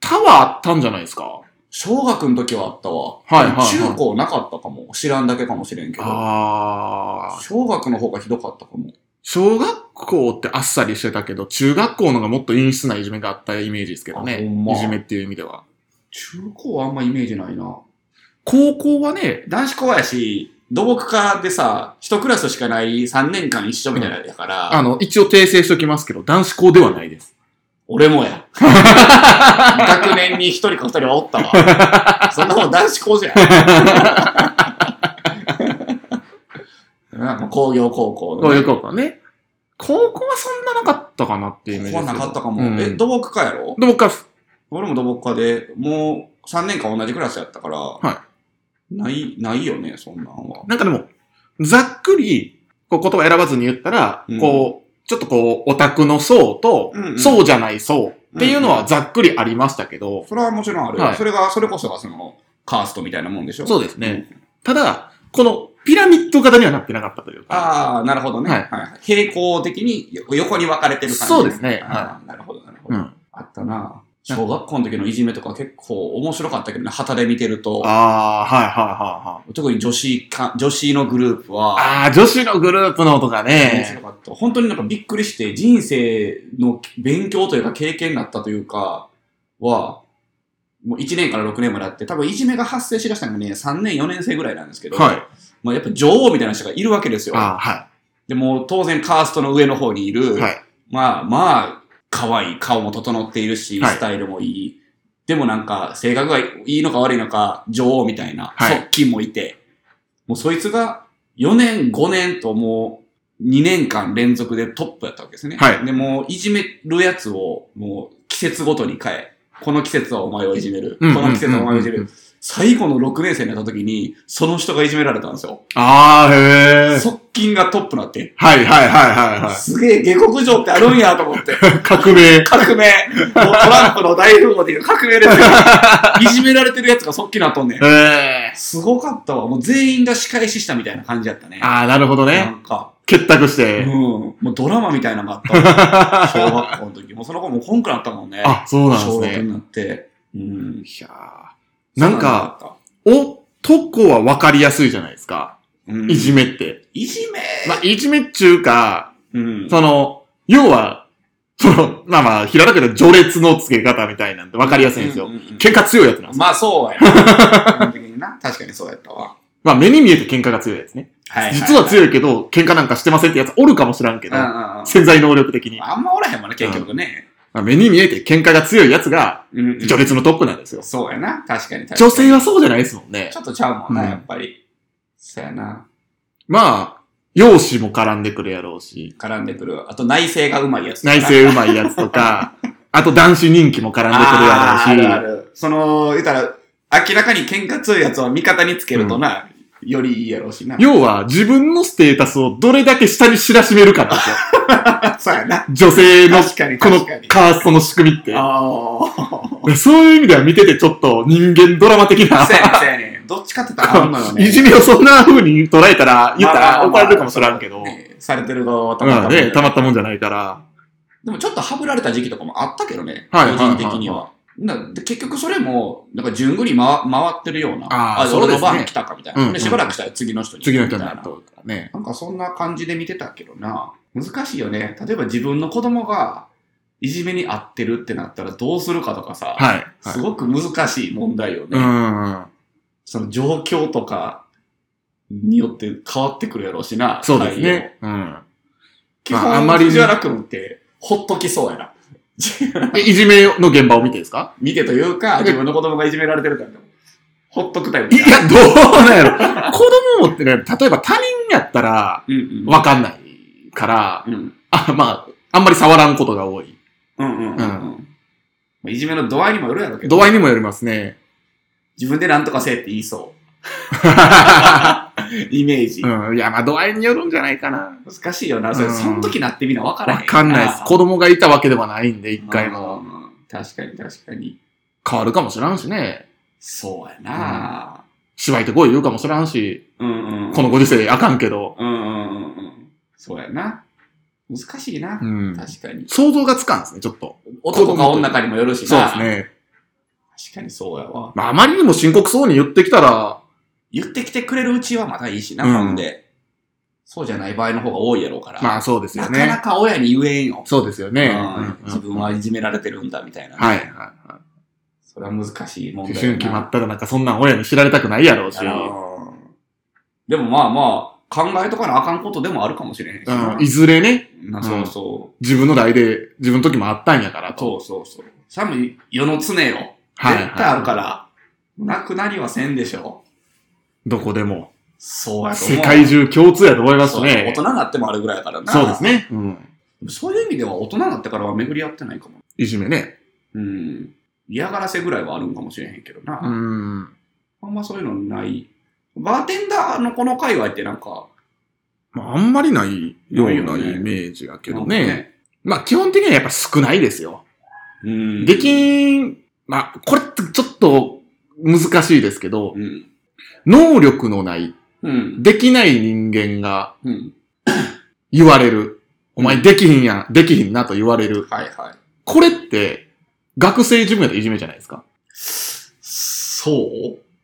[SPEAKER 1] たはあったんじゃないですか。
[SPEAKER 2] 小学の時はあったわ。
[SPEAKER 1] はいはいはい
[SPEAKER 2] でも中高なかったかも。知らんだけかもしれんけど。
[SPEAKER 1] ああ。
[SPEAKER 2] 小学の方がひどかったかも。
[SPEAKER 1] 小学校ってあっさりしてたけど、中学校のがもっと陰湿ないじめがあったイメージですけど
[SPEAKER 2] あ
[SPEAKER 1] ね。
[SPEAKER 2] ほんま
[SPEAKER 1] いじめっていう意味では。
[SPEAKER 2] 中高はあんまイメージないな。
[SPEAKER 1] 高校はね、
[SPEAKER 2] 男子校やし、土木科でさ、一クラスしかない3年間一緒みたいなやから、
[SPEAKER 1] あの、一応訂正しておきますけど、男子校ではないです。
[SPEAKER 2] 俺 もや。学年に一人か二人はおった わ。そんなもん男子校じゃん。 なんか工業高校の
[SPEAKER 1] そう
[SPEAKER 2] ね、
[SPEAKER 1] いう高校ね。高校はそんななかったかなっていうイメージ
[SPEAKER 2] こ
[SPEAKER 1] で
[SPEAKER 2] こ
[SPEAKER 1] すけ
[SPEAKER 2] はな
[SPEAKER 1] ど。
[SPEAKER 2] かったかも。
[SPEAKER 1] うん
[SPEAKER 2] え、土木科やろ
[SPEAKER 1] で、僕は、
[SPEAKER 2] 俺も土木科で、もう3年間同じクラスやったから、ない、ないよね、そんなんは。
[SPEAKER 1] なんかでも、ざっくり、こう言葉選ばずに言ったら、
[SPEAKER 2] うん
[SPEAKER 1] こう、ちょっとこう、オタクの層と、
[SPEAKER 2] うんうん
[SPEAKER 1] そうじゃない層っていうのはざっくりありましたけど、
[SPEAKER 2] それはもちろんあるよ。
[SPEAKER 1] はい
[SPEAKER 2] それが、それこそがその、カーストみたいなもんでしょ
[SPEAKER 1] そうですね。ただ、このピラミッド型にはなってなかったというか、
[SPEAKER 2] ああ、なるほどね。
[SPEAKER 1] は
[SPEAKER 2] はいいはい、平行的によ横に分かれてる感じ。
[SPEAKER 1] そうですね
[SPEAKER 2] ああ、なるほど、なるほ
[SPEAKER 1] う
[SPEAKER 2] ど。
[SPEAKER 1] ん。
[SPEAKER 2] あったな。小学校の時のいじめとか結構面白かったけどね、旗で見てると。
[SPEAKER 1] ああ、はいはいはいはい。
[SPEAKER 2] 特に女子か、女子のグループは、
[SPEAKER 1] ああ、女子のグループのとか
[SPEAKER 2] 面白
[SPEAKER 1] ね。
[SPEAKER 2] かった。本当になんかびっくりして、人生の勉強というか経験になったというか、は、もう1年から6年まであって、多分いじめが発生しだしたのがね、3年、4年生ぐらいなんですけど、
[SPEAKER 1] はい。
[SPEAKER 2] まあやっぱ女王みたいな人がいるわけですよ。
[SPEAKER 1] ああ、は
[SPEAKER 2] でもう当然カーストの上の方にいる、
[SPEAKER 1] い。はい。
[SPEAKER 2] まあまあ、可愛い顔も整っているし、
[SPEAKER 1] はい
[SPEAKER 2] スタイルもいい。でもなんか、性格がいいのか悪いのか、女王みたいな、
[SPEAKER 1] はい
[SPEAKER 2] 側近もいて、もうそいつが4年、5年ともう2年間連続でトップやったわけですね。
[SPEAKER 1] はい
[SPEAKER 2] で、もういじめるやつを、もう季節ごとに変え、この季節はお前をいじめる、こ
[SPEAKER 1] うん
[SPEAKER 2] の季節はお前をいじ
[SPEAKER 1] うんう
[SPEAKER 2] る。最後の6年生になった時に、その人がいじめられたんですよ。
[SPEAKER 1] ああ、へえ。
[SPEAKER 2] 側近がトップになって、
[SPEAKER 1] はいはいはいは
[SPEAKER 2] すげえ下克上ってあるんやと思って。
[SPEAKER 1] いはい。革命。
[SPEAKER 2] 革命もうトランプの大富豪でいう革 命ですよ。いじめられてるやつがそっきなっとんねん。
[SPEAKER 1] へえ。
[SPEAKER 2] すごかったわ。もう全員が仕返ししたみたいな感じやったね。
[SPEAKER 1] ああ、なるほど
[SPEAKER 2] な
[SPEAKER 1] ね。
[SPEAKER 2] んか、
[SPEAKER 1] 結託し
[SPEAKER 2] うん。
[SPEAKER 1] て。
[SPEAKER 2] もうドラマみたいなのがあ ったわ。小学校の時。もうその子もうコンクなったもんね。
[SPEAKER 1] あ、そうなんです
[SPEAKER 2] 小学
[SPEAKER 1] ね。
[SPEAKER 2] になって。うん。
[SPEAKER 1] いやーなんか、
[SPEAKER 2] そう
[SPEAKER 1] 男は分かりやすいじゃないですか。
[SPEAKER 2] なんだった、うん
[SPEAKER 1] いじめって。
[SPEAKER 2] いじめ
[SPEAKER 1] まあ、いじめっちゅうか、
[SPEAKER 2] うん。
[SPEAKER 1] その、要は、その、まあまあ、平たく言うと序列の付け方みたいなんて分かりやすいんですよ
[SPEAKER 2] う。うん
[SPEAKER 1] 喧嘩強いやつなんですよ。
[SPEAKER 2] まあそうやな。基本的にな確かにそうやったわ。
[SPEAKER 1] まあ、目に見えて喧嘩が強いやつね。
[SPEAKER 2] はいはい、
[SPEAKER 1] 実は
[SPEAKER 2] う
[SPEAKER 1] 強いけど、喧嘩なんかしてませんってやつおるかもしらんけ
[SPEAKER 2] ん
[SPEAKER 1] ど
[SPEAKER 2] う、んうん。
[SPEAKER 1] 潜在能力的に。
[SPEAKER 2] あんまおらへんもんね、結局ね。
[SPEAKER 1] まあ目に見えて喧嘩が強いやつが、
[SPEAKER 2] うんうん
[SPEAKER 1] 序列のトップなんですよ。
[SPEAKER 2] そうやな。確かに確かに。
[SPEAKER 1] 女性はそうじゃないですもんね
[SPEAKER 2] ち。ょっとちゃうもんな、
[SPEAKER 1] うん
[SPEAKER 2] やっぱり。そうやな。
[SPEAKER 1] まあ、容姿も絡んでくるやろうし、
[SPEAKER 2] 絡んでくる。あと内政がうまいやつ。
[SPEAKER 1] 内
[SPEAKER 2] が
[SPEAKER 1] 政うまいやつとか、 あと男子人気も絡んでくる
[SPEAKER 2] あーあるあ
[SPEAKER 1] やろうし、
[SPEAKER 2] る。その、言ったら、明らかに喧嘩強いやつを味方につけるとな、よりいいやろうしな。
[SPEAKER 1] 要は自分のステータスをどれだけ下に知らしめるかなんですよ。
[SPEAKER 2] そうやな。
[SPEAKER 1] 女性の
[SPEAKER 2] 確かに
[SPEAKER 1] この
[SPEAKER 2] 確かに。
[SPEAKER 1] カーストの仕組みって。
[SPEAKER 2] あ
[SPEAKER 1] そういう意味では見ててちょっと人間ドラマ的
[SPEAKER 2] あ。
[SPEAKER 1] な
[SPEAKER 2] そうやねん、そうやねん。どっちかって言ったらあんのよね。
[SPEAKER 1] いじめをそんな風に捉えたら、言った
[SPEAKER 2] まあま
[SPEAKER 1] ら
[SPEAKER 2] あ
[SPEAKER 1] 怒られるかもしらんけど、
[SPEAKER 2] ねされてる側はたま
[SPEAKER 1] まあ
[SPEAKER 2] たま。
[SPEAKER 1] ね、たまったもんじゃないから。
[SPEAKER 2] でもちょっとハブられた時期とかもあったけどね。
[SPEAKER 1] はい
[SPEAKER 2] 個人的には。なで結局それも、なんか順繰り回回ってるような。
[SPEAKER 1] あー
[SPEAKER 2] 俺
[SPEAKER 1] そうですね
[SPEAKER 2] の番来たかみたいな。
[SPEAKER 1] うんうん
[SPEAKER 2] で、しばらくしたら次の人に。
[SPEAKER 1] 次の人に
[SPEAKER 2] み
[SPEAKER 1] な
[SPEAKER 2] たい
[SPEAKER 1] るとかね。
[SPEAKER 2] なんかそんな感じで見てたけどな。難しいよね。例えば自分の子供がいじめに合ってるってなったらどうするかとかさ、
[SPEAKER 1] はい。はい
[SPEAKER 2] すごく難しい問題よ
[SPEAKER 1] う
[SPEAKER 2] ね。
[SPEAKER 1] ん。
[SPEAKER 2] その状況とかによって変わってくるやろうしな。
[SPEAKER 1] そうです
[SPEAKER 2] 対応。
[SPEAKER 1] ね。うん。
[SPEAKER 2] 基
[SPEAKER 1] ま
[SPEAKER 2] 本、
[SPEAKER 1] ああ
[SPEAKER 2] あ
[SPEAKER 1] ん
[SPEAKER 2] ん
[SPEAKER 1] ま
[SPEAKER 2] ま
[SPEAKER 1] り
[SPEAKER 2] り、藤原君ってほっときそうやな。
[SPEAKER 1] えいじめの現場を見てですか
[SPEAKER 2] 見てというか、自分の子供がいじめられてるから、ほっとくタイプ
[SPEAKER 1] い
[SPEAKER 2] や。
[SPEAKER 1] や、どうなんやろ。 子供ってね、例えば他人やったら、
[SPEAKER 2] うんうん。
[SPEAKER 1] わかんないから、
[SPEAKER 2] うん。
[SPEAKER 1] あ、まあ、あんまり触らんことが多い。
[SPEAKER 2] うんうんうんうん
[SPEAKER 1] う
[SPEAKER 2] まあいじめの度合いにもよるやろうけど。
[SPEAKER 1] 度合いにもよりますね。
[SPEAKER 2] 自分で何とかせえって言いそう。イメージ。
[SPEAKER 1] うん。いや、まあ、度合いによるんじゃないかな。
[SPEAKER 2] 難しいよな。それ、
[SPEAKER 1] うん
[SPEAKER 2] その時なってみな分からへ
[SPEAKER 1] わ
[SPEAKER 2] ん
[SPEAKER 1] かんないです。子供がいたわけではないんで、一回も。
[SPEAKER 2] も。うん確かに確かに。
[SPEAKER 1] 変わるかもしらんしね。
[SPEAKER 2] そうやな。
[SPEAKER 1] 芝居ってこう言うかもしらんし、
[SPEAKER 2] うんうん。
[SPEAKER 1] このご時世あかんけど。
[SPEAKER 2] うんうんうんうん。そうやな。難しいな
[SPEAKER 1] う。ん。
[SPEAKER 2] 確かに。
[SPEAKER 1] 想像がつかんですね、ちょっと。
[SPEAKER 2] 男か女かにもよるし
[SPEAKER 1] そうで
[SPEAKER 2] な。
[SPEAKER 1] すね。
[SPEAKER 2] 確かにそうやわ。
[SPEAKER 1] まあ、あまりにも深刻そうに言ってきたら、
[SPEAKER 2] 言ってきてくれるうちはまたいいしな、
[SPEAKER 1] うん
[SPEAKER 2] ほんで。そうじゃない場合の方が多いやろうから。
[SPEAKER 1] まあそうですよ
[SPEAKER 2] なかな
[SPEAKER 1] ね。
[SPEAKER 2] か親に言えんよ。
[SPEAKER 1] そうですよね。うん
[SPEAKER 2] うん自分はいじめられてるんだみたいな。
[SPEAKER 1] はいはいはい。
[SPEAKER 2] それは難しい問
[SPEAKER 1] 思
[SPEAKER 2] 題や
[SPEAKER 1] 春
[SPEAKER 2] な。
[SPEAKER 1] 期真っ只中、そんなん親に知られたくないやろうし。
[SPEAKER 2] うんでもまあまあ、考えとかなあかんことでもあるかもしれへんしな。
[SPEAKER 1] うん、いずれね、
[SPEAKER 2] なそうそう。
[SPEAKER 1] 自分の代で、自分の時もあったんやからと。
[SPEAKER 2] そうそうそう。多分、世の常よ。
[SPEAKER 1] はい
[SPEAKER 2] 絶対あるから、なくなりはせんでしょ。
[SPEAKER 1] どこでも。
[SPEAKER 2] そうやと思う。
[SPEAKER 1] 世界中共通やと思います
[SPEAKER 2] そう大
[SPEAKER 1] ね。
[SPEAKER 2] 人になってもあるぐらいやからな。
[SPEAKER 1] そうです。ね。うん。
[SPEAKER 2] そういう意味では大人になってからは巡り合ってないかも。
[SPEAKER 1] いじめね。
[SPEAKER 2] うん。嫌がらせぐらいはあるんかもしれへんけどな。
[SPEAKER 1] うん。
[SPEAKER 2] あんまそういうのない。バーテンダーのこの界隈ってなんか、
[SPEAKER 1] まあ、あんまりないような
[SPEAKER 2] ないよね
[SPEAKER 1] イメージやけ
[SPEAKER 2] な
[SPEAKER 1] ど
[SPEAKER 2] んか
[SPEAKER 1] ね。。まあ、基本的にはやっぱ少ないですよ。
[SPEAKER 2] うん。
[SPEAKER 1] できん、まあ、これってちょっと難しいですけど、
[SPEAKER 2] うん。
[SPEAKER 1] 能力のない、
[SPEAKER 2] うん。
[SPEAKER 1] できない人間が
[SPEAKER 2] うん。
[SPEAKER 1] 言われる。お前
[SPEAKER 2] うん
[SPEAKER 1] できひんやん、できひんなと言われる。
[SPEAKER 2] はいはい。
[SPEAKER 1] これって、学生自分やったらいじめじゃないですか。
[SPEAKER 2] そ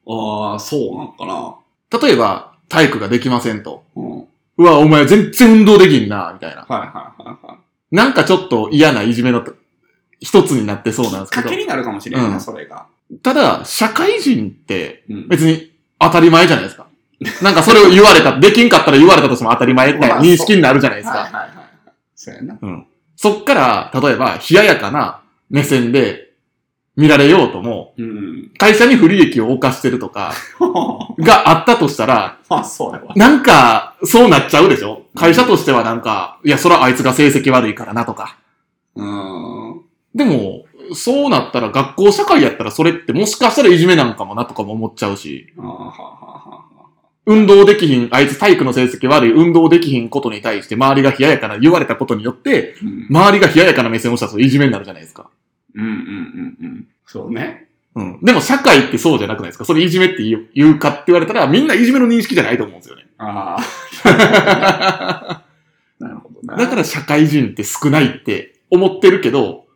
[SPEAKER 2] うああ、そうなんかな。
[SPEAKER 1] 例えば、体育ができませんと。
[SPEAKER 2] うん。はいう
[SPEAKER 1] わ、お前全然運動できんな、みたいな。
[SPEAKER 2] はいはいはい。
[SPEAKER 1] なんかちょっと嫌ないじめのと一つになってそうなんですけ
[SPEAKER 2] 賭け
[SPEAKER 1] ど。
[SPEAKER 2] になるかもしれんな、
[SPEAKER 1] うん
[SPEAKER 2] それが。
[SPEAKER 1] ただ、社会人って
[SPEAKER 2] うん。
[SPEAKER 1] 別に当たり前じゃないですか。なんかそれを言われた、できんかったら言われたとしても当たり前って
[SPEAKER 2] まあ
[SPEAKER 1] 認識になるじゃないです
[SPEAKER 2] はい
[SPEAKER 1] か。
[SPEAKER 2] はいはい。そうやな。
[SPEAKER 1] そっから、例えば、冷ややかな目線で見られようとも、
[SPEAKER 2] うん。
[SPEAKER 1] 会社に不利益を犯してるとか、があったとしたら、
[SPEAKER 2] あ、そうやわ。
[SPEAKER 1] なんか、そうなっちゃうでしょ会社としてはなんか、いや、そらあいつが成績悪いからなとか。
[SPEAKER 2] うん。
[SPEAKER 1] でも、そうなったら学校社会やったらそれってもしかしたらいじめなんかもなとかも思っちゃうし、
[SPEAKER 2] あーはははは。
[SPEAKER 1] 運動できひん、あいつ体育の成績悪い、運動できひんことに対して周りが冷ややかな言われたことによって、
[SPEAKER 2] うん。
[SPEAKER 1] 周りが冷ややかな目線をしたらそれいじめになるじゃないですか。
[SPEAKER 2] うんうんうんうん。そうね。
[SPEAKER 1] うん。でも社会ってそうじゃなくないですかそれいじめって言う言うかって言われたらみんないじめの認識じゃないと思うんですよ ね。
[SPEAKER 2] ああ。なるほどな。
[SPEAKER 1] だから社会人って少ないって思ってるけど、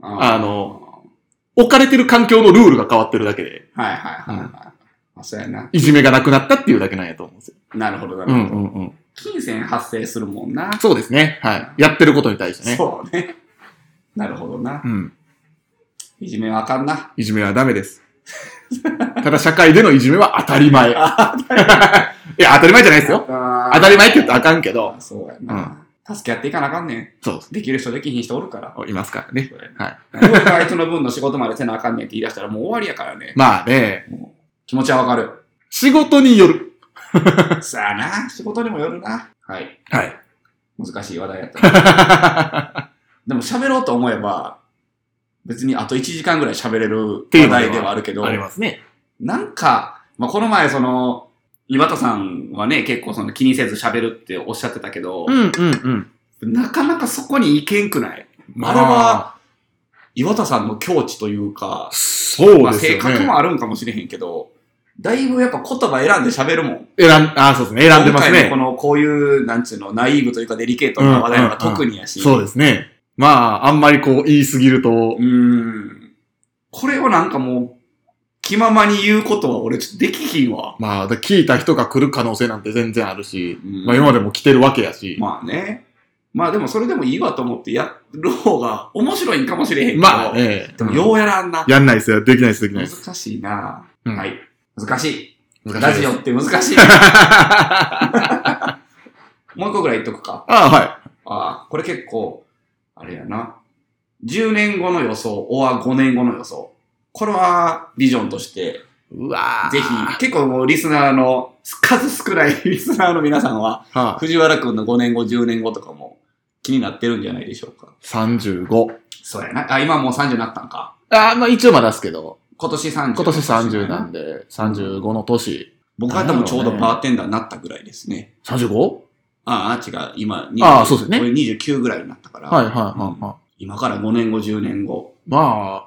[SPEAKER 2] あー
[SPEAKER 1] あの、置かれてる環境のルールが変わってるだけで、
[SPEAKER 2] はいはいはいはい。あ、そうやな。
[SPEAKER 1] いじめがなくなったっていうだけなんやと思うんですよ。
[SPEAKER 2] なるほどな
[SPEAKER 1] う
[SPEAKER 2] る
[SPEAKER 1] ん
[SPEAKER 2] ほ
[SPEAKER 1] う
[SPEAKER 2] ど。
[SPEAKER 1] んうん。
[SPEAKER 2] 金銭発生するもんな。
[SPEAKER 1] そうですね。はい。やってることに対してね。
[SPEAKER 2] そうね。なるほどな。
[SPEAKER 1] うん。
[SPEAKER 2] いじめはあかんな。
[SPEAKER 1] いじめはダメです。ただ社会でのいじめは当たり 前。いや、当たり前じゃないですよ。
[SPEAKER 2] あー
[SPEAKER 1] 当たり前って言ったらあかんけど、
[SPEAKER 2] あそうやな。助け合っていかなあかんねん。
[SPEAKER 1] そうで
[SPEAKER 2] できる人できひん人おるから。
[SPEAKER 1] す。いますからね。
[SPEAKER 2] そうや
[SPEAKER 1] は
[SPEAKER 2] な
[SPEAKER 1] い。
[SPEAKER 2] どうやってあいつの分の仕事までせなあかんねんって言い出したらもう終わりやからね。
[SPEAKER 1] まあね、
[SPEAKER 2] もう気持ちはわ かる。
[SPEAKER 1] 仕事による。
[SPEAKER 2] さあな、仕事にもよるな。はい。
[SPEAKER 1] はい。
[SPEAKER 2] 難しい話題やったな。でも喋ろうと思えば、別にあと1時間ぐらい喋れる話題ではあるけど
[SPEAKER 1] あ、りますね。
[SPEAKER 2] なんか、まあ、この前その、岩田さんはね、結構その気にせず喋るっておっしゃってたけど
[SPEAKER 1] う、んうんうん。
[SPEAKER 2] なかなかそこに行けんくないあれは、岩田さんの境地というか、
[SPEAKER 1] そう
[SPEAKER 2] まあ、
[SPEAKER 1] です
[SPEAKER 2] 性
[SPEAKER 1] よ
[SPEAKER 2] 格
[SPEAKER 1] ね。
[SPEAKER 2] もあるんかもしれへんけど、だいぶやっぱ言葉選んで喋るもん。
[SPEAKER 1] 選ん、あ、そうですね。選んでます
[SPEAKER 2] 今
[SPEAKER 1] ね
[SPEAKER 2] 回のこ。の、こういう、なんちゅうの、ナイーブというかデリケートな話題は特にやし。
[SPEAKER 1] そうですね。まあ、あんまりこう言いすぎると、
[SPEAKER 2] うーん。これをなんかもう、気ままに言うことは俺ちょっとできひんわ。
[SPEAKER 1] まあ、だ聞いた人が来る可能性なんて全然あるし、
[SPEAKER 2] うん
[SPEAKER 1] まあ今までも来てるわけやし、
[SPEAKER 2] まあね。まあでもそれでもいいわと思ってやる方が面白いんかもしれへんけど。
[SPEAKER 1] まあね、
[SPEAKER 2] でもようやらんな。
[SPEAKER 1] やんないですよ。できないです、できない
[SPEAKER 2] 難
[SPEAKER 1] です。
[SPEAKER 2] しいな、
[SPEAKER 1] うん
[SPEAKER 2] はい。難しい。
[SPEAKER 1] 難
[SPEAKER 2] ラ
[SPEAKER 1] しい
[SPEAKER 2] ジ
[SPEAKER 1] です
[SPEAKER 2] オ って難しい。もう一個ぐらい言っとくか。
[SPEAKER 1] ああ、は
[SPEAKER 2] ああ、これ結構、あれやな。10年後の予想、おは5年後の予想。これは、ビジョンとして、
[SPEAKER 1] い。うわー
[SPEAKER 2] ぜひ、結構もうリスナーの、数少ない リスナーの皆さんは、
[SPEAKER 1] はあ、
[SPEAKER 2] 藤原くんの5年後、10年後とかも気になってるんじゃないでしょうか。
[SPEAKER 1] 35。
[SPEAKER 2] そうやな。あ、今もう30になったんか。
[SPEAKER 1] ああ、まあ一応まだですけど、
[SPEAKER 2] 今年30。
[SPEAKER 1] 今年30なんで、35の年。
[SPEAKER 2] 僕は多分ちょうどバーテンダーになったぐらいですね。
[SPEAKER 1] 35?
[SPEAKER 2] ああ、違う。今、
[SPEAKER 1] ああそうですね
[SPEAKER 2] 俺29ぐらいになったから、
[SPEAKER 1] はいはいはいは
[SPEAKER 2] 今から5年後、10年後。
[SPEAKER 1] い。まあ、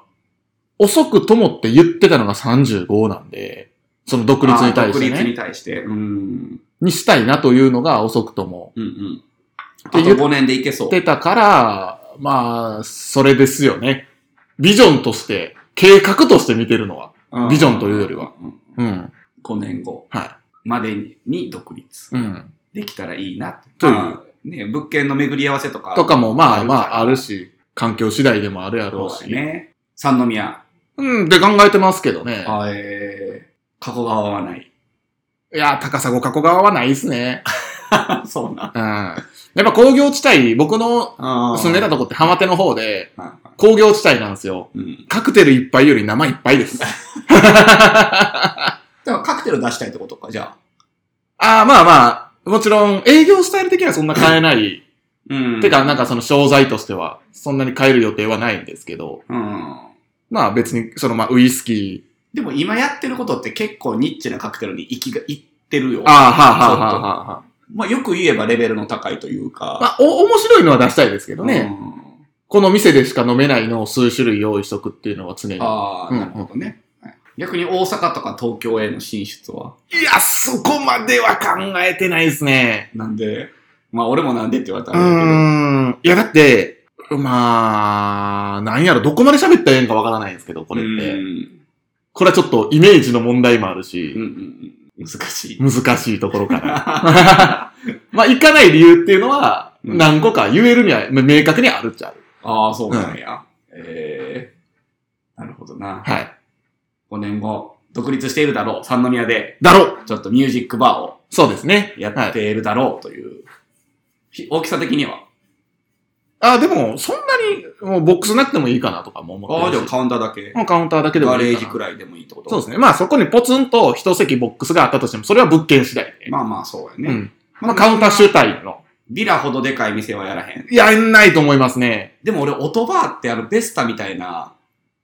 [SPEAKER 1] 遅くともって言ってたのが35なんで、その独立に対して
[SPEAKER 2] ああ独立に
[SPEAKER 1] ね。
[SPEAKER 2] 対して。うん。
[SPEAKER 1] にしたいなというのが遅くとも
[SPEAKER 2] うんうん。あと
[SPEAKER 1] て言っ
[SPEAKER 2] 5年でいけそう。
[SPEAKER 1] 言ってたから、まあ、それですよね。ビジョンとして、計画として見てるのは。ビジョンというよりは
[SPEAKER 2] うん。
[SPEAKER 1] うん。
[SPEAKER 2] 5年後
[SPEAKER 1] は
[SPEAKER 2] までに独立
[SPEAKER 1] い。うん。
[SPEAKER 2] できたらいいな
[SPEAKER 3] という
[SPEAKER 2] まあね、物件の巡り合わせとか。
[SPEAKER 1] とかもまあまあある
[SPEAKER 2] し。
[SPEAKER 1] し、環境次第でもあるやろ
[SPEAKER 2] そうう
[SPEAKER 1] し。
[SPEAKER 2] だね。三宮。
[SPEAKER 1] うん、で考えてますけどね。
[SPEAKER 2] あえー、加古川はない。
[SPEAKER 1] いや、高砂加古川はないですね。
[SPEAKER 2] そうな。
[SPEAKER 1] うん。やっぱ工業地帯、僕の住んでたとこって浜手の方で、
[SPEAKER 2] あー
[SPEAKER 1] 工業地帯なんですよ。
[SPEAKER 2] うん。
[SPEAKER 1] カクテル一杯より生一杯 です。
[SPEAKER 2] だからカクテル出したいってことか、じゃあ。
[SPEAKER 1] ああ、まあまあ、もちろん営業スタイル的にはそんな変えない。
[SPEAKER 2] うん
[SPEAKER 1] てか、なんかその商材としては、そんなに変える予定はないんですけど、
[SPEAKER 2] うん。
[SPEAKER 1] まあ別に、そのまあウイスキ
[SPEAKER 2] でも今やってることって結構ニッチなカクテルに行きが、行ってるよ。
[SPEAKER 1] ー。ああ、はあはあはあはあはあ。
[SPEAKER 2] まあよく言えばレベルの高いという
[SPEAKER 1] ま
[SPEAKER 2] か。
[SPEAKER 1] あ、お、面白いのは出したいですけどね。
[SPEAKER 2] うん
[SPEAKER 1] この店でしか飲めないのを数種類用意しとくっていうのは常に。い
[SPEAKER 2] ああ、
[SPEAKER 1] うん
[SPEAKER 2] なるほどね。はい逆に大阪とか東京への進出は
[SPEAKER 1] や、そこまでは考えてないですね。
[SPEAKER 2] なんで、まあ俺もなんでって言われた
[SPEAKER 1] うー
[SPEAKER 2] らあ
[SPEAKER 1] ん。いや、だって、まあ、なんやろ、どこまで喋ったらええんかわからないんですけど、こ
[SPEAKER 2] れ
[SPEAKER 1] れ
[SPEAKER 2] だ
[SPEAKER 1] っ
[SPEAKER 2] けど
[SPEAKER 1] て。これはちょっとイメージの問題もある
[SPEAKER 2] うん
[SPEAKER 1] し、
[SPEAKER 2] うんうん。難し い。
[SPEAKER 1] 難しいところかな。まあ、行かない理由っていうのは、
[SPEAKER 2] うん
[SPEAKER 1] 何個か言えるには、まあ明確にはあるっちゃう。
[SPEAKER 2] ああ、そうなんや。ええなるほどな。
[SPEAKER 1] はい。
[SPEAKER 2] 5年後、独立しているだろう。三宮で、
[SPEAKER 1] だろう
[SPEAKER 2] ちょっとミュージックバーを
[SPEAKER 1] そうですね。
[SPEAKER 2] やっているだろうという。ひ大きさ的には。
[SPEAKER 1] あ、でも、そんなに、もうボックスなくてもいいかなとかも思っ
[SPEAKER 2] ああ、
[SPEAKER 1] て
[SPEAKER 2] じゃ
[SPEAKER 1] る
[SPEAKER 2] あ
[SPEAKER 1] し。
[SPEAKER 2] カウンターだけ。
[SPEAKER 1] もうカウンターだけでもいい
[SPEAKER 2] ガ
[SPEAKER 1] かな。
[SPEAKER 2] レージくらいでもいいってこと
[SPEAKER 1] そうです
[SPEAKER 2] ね。
[SPEAKER 1] ね。まあそこにポツンと一席ボックスがあったとしても、それは物件次第で。
[SPEAKER 2] まあまあ、そうや
[SPEAKER 1] う
[SPEAKER 2] ね。
[SPEAKER 1] ん。まあカウンター主体の。
[SPEAKER 2] ビラほどでかい店はやらへん。
[SPEAKER 1] いや、ないと思いますね。
[SPEAKER 2] でも俺、オトバーってあの、ベスタみたいな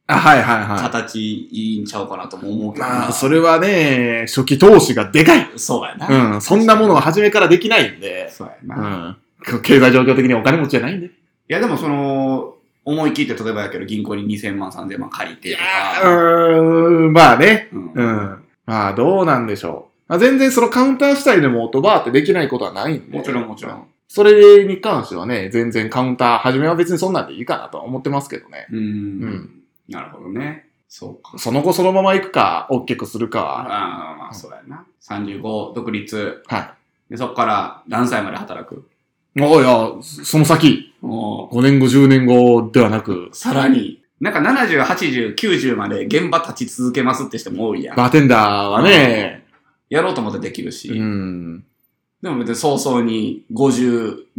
[SPEAKER 1] あ、はいはいは
[SPEAKER 2] 形いいんちゃうかなとも思う
[SPEAKER 1] い。
[SPEAKER 2] けどな。
[SPEAKER 1] まあ、それはね、初期投資がでかい。
[SPEAKER 2] そうやな。
[SPEAKER 1] うん。そんなものは初めからできないんで。
[SPEAKER 2] そうや
[SPEAKER 1] う
[SPEAKER 2] な。い
[SPEAKER 1] ん。経済状況的にお金持ちじゃないんで。い
[SPEAKER 2] や、でもその、思い切って、例えばやけど、銀行に2000万、3000万借りてと
[SPEAKER 1] う
[SPEAKER 2] か。
[SPEAKER 1] ーん、まあね。
[SPEAKER 2] うん
[SPEAKER 1] うん。まあ、どうなんでしょう。まあ、全然そのカウンター主体でもオートバーってできないことはないんで。
[SPEAKER 2] もちろん、もちろん。
[SPEAKER 1] それに関してはね、全然カウンター、初めは別にそんなんでいいかなとは思ってますけどね。
[SPEAKER 2] うん。
[SPEAKER 1] ん
[SPEAKER 2] なるほどね。そうか。
[SPEAKER 1] その後そのまま行くか、大きくするか
[SPEAKER 2] あ
[SPEAKER 1] は、
[SPEAKER 2] あ、まあ、そうやな。35、独立。
[SPEAKER 1] は
[SPEAKER 2] で、そこから何歳まで働く
[SPEAKER 1] い。おいや、その先、
[SPEAKER 2] おー
[SPEAKER 1] 5年後、10年後ではなく、
[SPEAKER 2] さらに、なんか70、80、90まで現場立ち続けますって人も多いやん。
[SPEAKER 1] バーテンダーはね、
[SPEAKER 2] やろうと思ってできるし。
[SPEAKER 1] うん。
[SPEAKER 2] でも別に早々に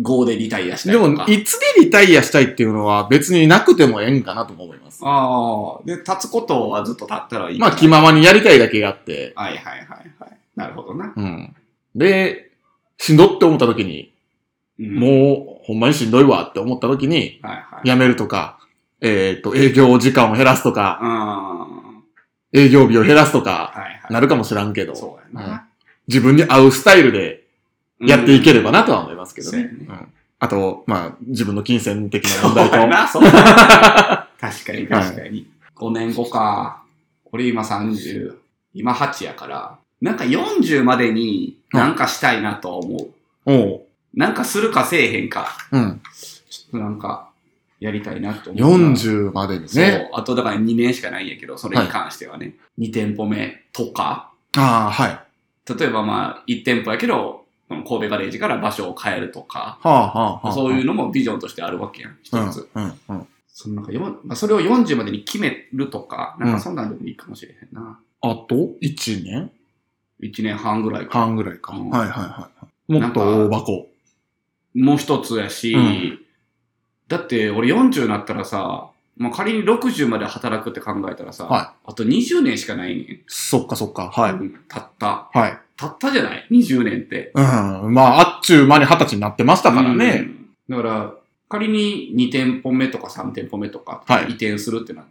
[SPEAKER 2] 55でリタイアしたり
[SPEAKER 1] で
[SPEAKER 2] とか。
[SPEAKER 1] も、いつでリタイアしたいっていうのは別になくてもええんかなとも思います。
[SPEAKER 2] ああ、で、立つことはずっと立ったらいい。
[SPEAKER 1] まあ、気ままにやりたいだけやって、
[SPEAKER 2] はいはいはいはい。なるほどな。
[SPEAKER 1] うん。で、しんどって思った時に、
[SPEAKER 2] うん
[SPEAKER 1] もう、ほんまにしんどいわって思った時に、
[SPEAKER 2] はいはい。
[SPEAKER 1] 辞めるとか、えっ、と、営業時間を減らすとか、
[SPEAKER 2] うん。は
[SPEAKER 1] 営業日を減らすとか、
[SPEAKER 2] いはい。
[SPEAKER 1] なるかもしらんけど、
[SPEAKER 2] そうやな。
[SPEAKER 1] 自分に合うスタイルでやっていければなとは思いますけどね。
[SPEAKER 2] うん
[SPEAKER 1] うんあと、まあ、自分の金銭的な
[SPEAKER 2] うん。
[SPEAKER 1] 問題
[SPEAKER 2] そうや
[SPEAKER 1] と。
[SPEAKER 2] な、そうやな。確かに確かに。5年後か。俺今30、今8やから、なんか40までになんかしたいなとは思う。
[SPEAKER 1] おう
[SPEAKER 2] なんかするかせえへんか。
[SPEAKER 1] うん。
[SPEAKER 2] ちょっとなんか、やりたいなと思うな。
[SPEAKER 1] 40までにね。
[SPEAKER 2] そう。あとだから2年しかないんやけど、それに関してはね。2店舗目とか、
[SPEAKER 1] ああ、はい。は
[SPEAKER 2] 例えばまあ1店舗やけど、この神戸ガレージから場所を変えるとか、
[SPEAKER 1] あ、はあ、はあ。
[SPEAKER 2] そういうのもビジョンとしてあるわけやん、一
[SPEAKER 1] うん。
[SPEAKER 2] つ。
[SPEAKER 1] うん。うん。
[SPEAKER 2] そのなんかよんまあ、それを40までに決めるとか、なんかそんなんでもいいかもしれへんな。
[SPEAKER 1] あと、1年
[SPEAKER 2] 1年半ぐらいか。
[SPEAKER 1] 半ぐらいか。
[SPEAKER 2] うん
[SPEAKER 1] はいはいはい。もっと大箱。
[SPEAKER 2] もう一つやし、
[SPEAKER 1] うん
[SPEAKER 2] だって俺40になったらさ、まあ、仮に60まで働くって考えたらさ、
[SPEAKER 1] は
[SPEAKER 2] あと20年しかないねん。
[SPEAKER 1] そっかそっか。はい。
[SPEAKER 2] うんたった。
[SPEAKER 1] はい。
[SPEAKER 2] たったじゃない ?20 年って。
[SPEAKER 1] うん。まあ、あっちゅう間に二十歳になってましたからね。
[SPEAKER 2] うん。だから、仮に2店舗目とか3店舗目とか
[SPEAKER 1] はい
[SPEAKER 2] 移転するってなっ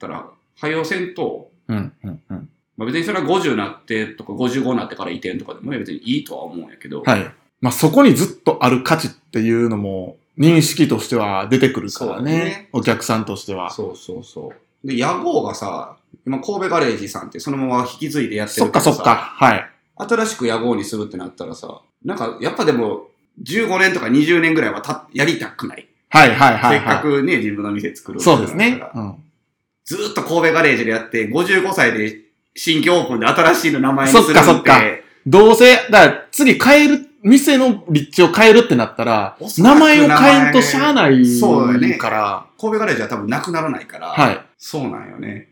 [SPEAKER 2] たら、はよせんと、
[SPEAKER 1] うん。うん。うん。
[SPEAKER 2] まあ別にそれは50になってとか55になってから移転とかでもね、別にいいとは思うんやけど。
[SPEAKER 1] はい。まあ、そこにずっとある価値っていうのも認識としては出てくるからね。
[SPEAKER 2] そうね
[SPEAKER 1] お客さんとしては。
[SPEAKER 2] そうそうそう。で、野望がさ、今神戸ガレージさんってそのまま引き継いでやって
[SPEAKER 1] そ
[SPEAKER 2] る
[SPEAKER 1] っかそっ
[SPEAKER 2] さ
[SPEAKER 1] か。。はい。
[SPEAKER 2] 新しく野望にするってなったらさ、なんかやっぱでも15年とか20年ぐらいはたやりたくない。
[SPEAKER 1] はいはいはい、
[SPEAKER 2] せっか
[SPEAKER 1] は
[SPEAKER 2] くね、自分の店作る
[SPEAKER 1] い。
[SPEAKER 2] わ
[SPEAKER 1] そうです
[SPEAKER 2] だ
[SPEAKER 1] ね
[SPEAKER 2] か。ら
[SPEAKER 1] うん。
[SPEAKER 2] ずーっと神戸ガレージでやって、55歳で新規オープンで新しいの名前にするって。
[SPEAKER 1] そっかそっかどうせ、だから次変える、店の立地を変えるってなったら、
[SPEAKER 2] おそら
[SPEAKER 1] 名
[SPEAKER 2] く
[SPEAKER 1] 前を変えんとしゃあない
[SPEAKER 2] そうだね
[SPEAKER 1] から、
[SPEAKER 2] 神戸ガレージは多分なくならないから、
[SPEAKER 1] はい。
[SPEAKER 2] そうなんよね。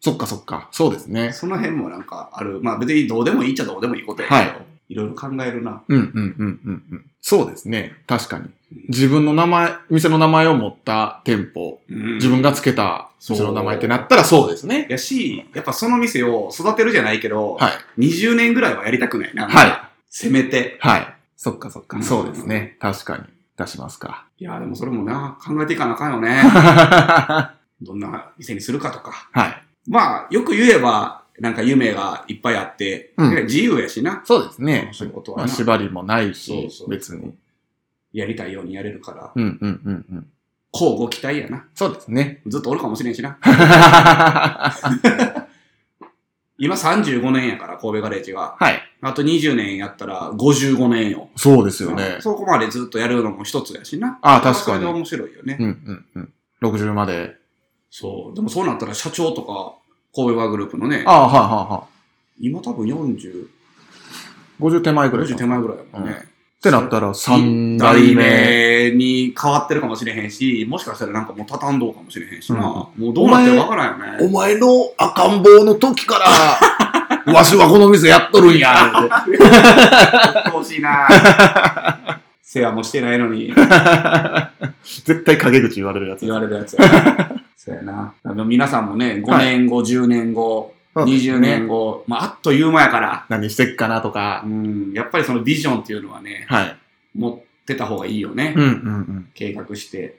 [SPEAKER 1] そっかそっか。そうですね。
[SPEAKER 2] その辺もなんかある。まあ別にどうでもいいっちゃどうでもいいことやけど、
[SPEAKER 1] はい
[SPEAKER 2] いろいろ考えるな。
[SPEAKER 1] うんうんうんうんうん。そうですね。確かに。自分の名前、店の名前を持った店舗、
[SPEAKER 2] うん
[SPEAKER 1] 自分が付けた店の名前ってなったらそうですね。
[SPEAKER 2] やし、やっぱその店を育てるじゃないけど、
[SPEAKER 1] はい。
[SPEAKER 2] 20年ぐらいはやりたくないな。
[SPEAKER 1] はい。
[SPEAKER 2] せめて。
[SPEAKER 1] はい。そっかそっ
[SPEAKER 2] うん
[SPEAKER 1] そうですね。確かに。出しますか。。
[SPEAKER 2] いや、でもそれもな、考えていかなあかんよね
[SPEAKER 1] は
[SPEAKER 2] どんな店にするかとか。
[SPEAKER 1] い。
[SPEAKER 2] まあ、よく言えば、なんか夢がいっぱいあって、
[SPEAKER 1] うん
[SPEAKER 2] 自由やしな。
[SPEAKER 1] そうですね。
[SPEAKER 2] そういうこと
[SPEAKER 1] まあ、
[SPEAKER 2] はな、
[SPEAKER 1] 縛りもないし
[SPEAKER 2] そうそ、う
[SPEAKER 1] 別に。
[SPEAKER 2] やりたいようにやれるから、
[SPEAKER 1] うんうんうんうん。
[SPEAKER 2] こうご期待やな。
[SPEAKER 1] そうですね。
[SPEAKER 2] ずっとおるかもしれんしな。
[SPEAKER 1] は
[SPEAKER 2] 今35年やから、神戸ガレージが。
[SPEAKER 1] い。
[SPEAKER 2] あと20年やったら55年よ。
[SPEAKER 1] そうですよね。
[SPEAKER 2] そこまでずっとやるのも一つやしな。
[SPEAKER 1] ああ、確か
[SPEAKER 2] それで
[SPEAKER 1] に。
[SPEAKER 2] 面白いよね。
[SPEAKER 1] うんうんうん。60まで。
[SPEAKER 2] そう。でもそうなったら社長とか、神戸ワーグループのね
[SPEAKER 1] あ、あ、はいはいは
[SPEAKER 2] 今多分40、
[SPEAKER 1] い。50手前ぐらいか。
[SPEAKER 2] 50手
[SPEAKER 1] っ
[SPEAKER 2] 前ぐらいだもんね。
[SPEAKER 1] うんてなったら3代
[SPEAKER 2] 代
[SPEAKER 1] 目。
[SPEAKER 2] 目に変わってるかもしれへんし、もしかしたらなんかもう畳んどうかもしれへんしな。
[SPEAKER 1] うん
[SPEAKER 2] もうどうなってるかわからんよね。
[SPEAKER 1] 前の赤ん坊の時 から、わしはこの店やっとるんや。
[SPEAKER 2] ほしい な。世話もしてないのに、
[SPEAKER 1] 絶対陰口言われるやつ
[SPEAKER 2] 言。われるやつや。 そうやな。あの皆さんもね、5年後、10年後、20年後、まあ、あっという間やから、
[SPEAKER 1] 何してっかなとか
[SPEAKER 2] う。ん、やっぱりそのビジョンっていうのはね、
[SPEAKER 1] はい。
[SPEAKER 2] 持ってた方がいいよね。
[SPEAKER 1] うんうんうん。
[SPEAKER 2] 計画して。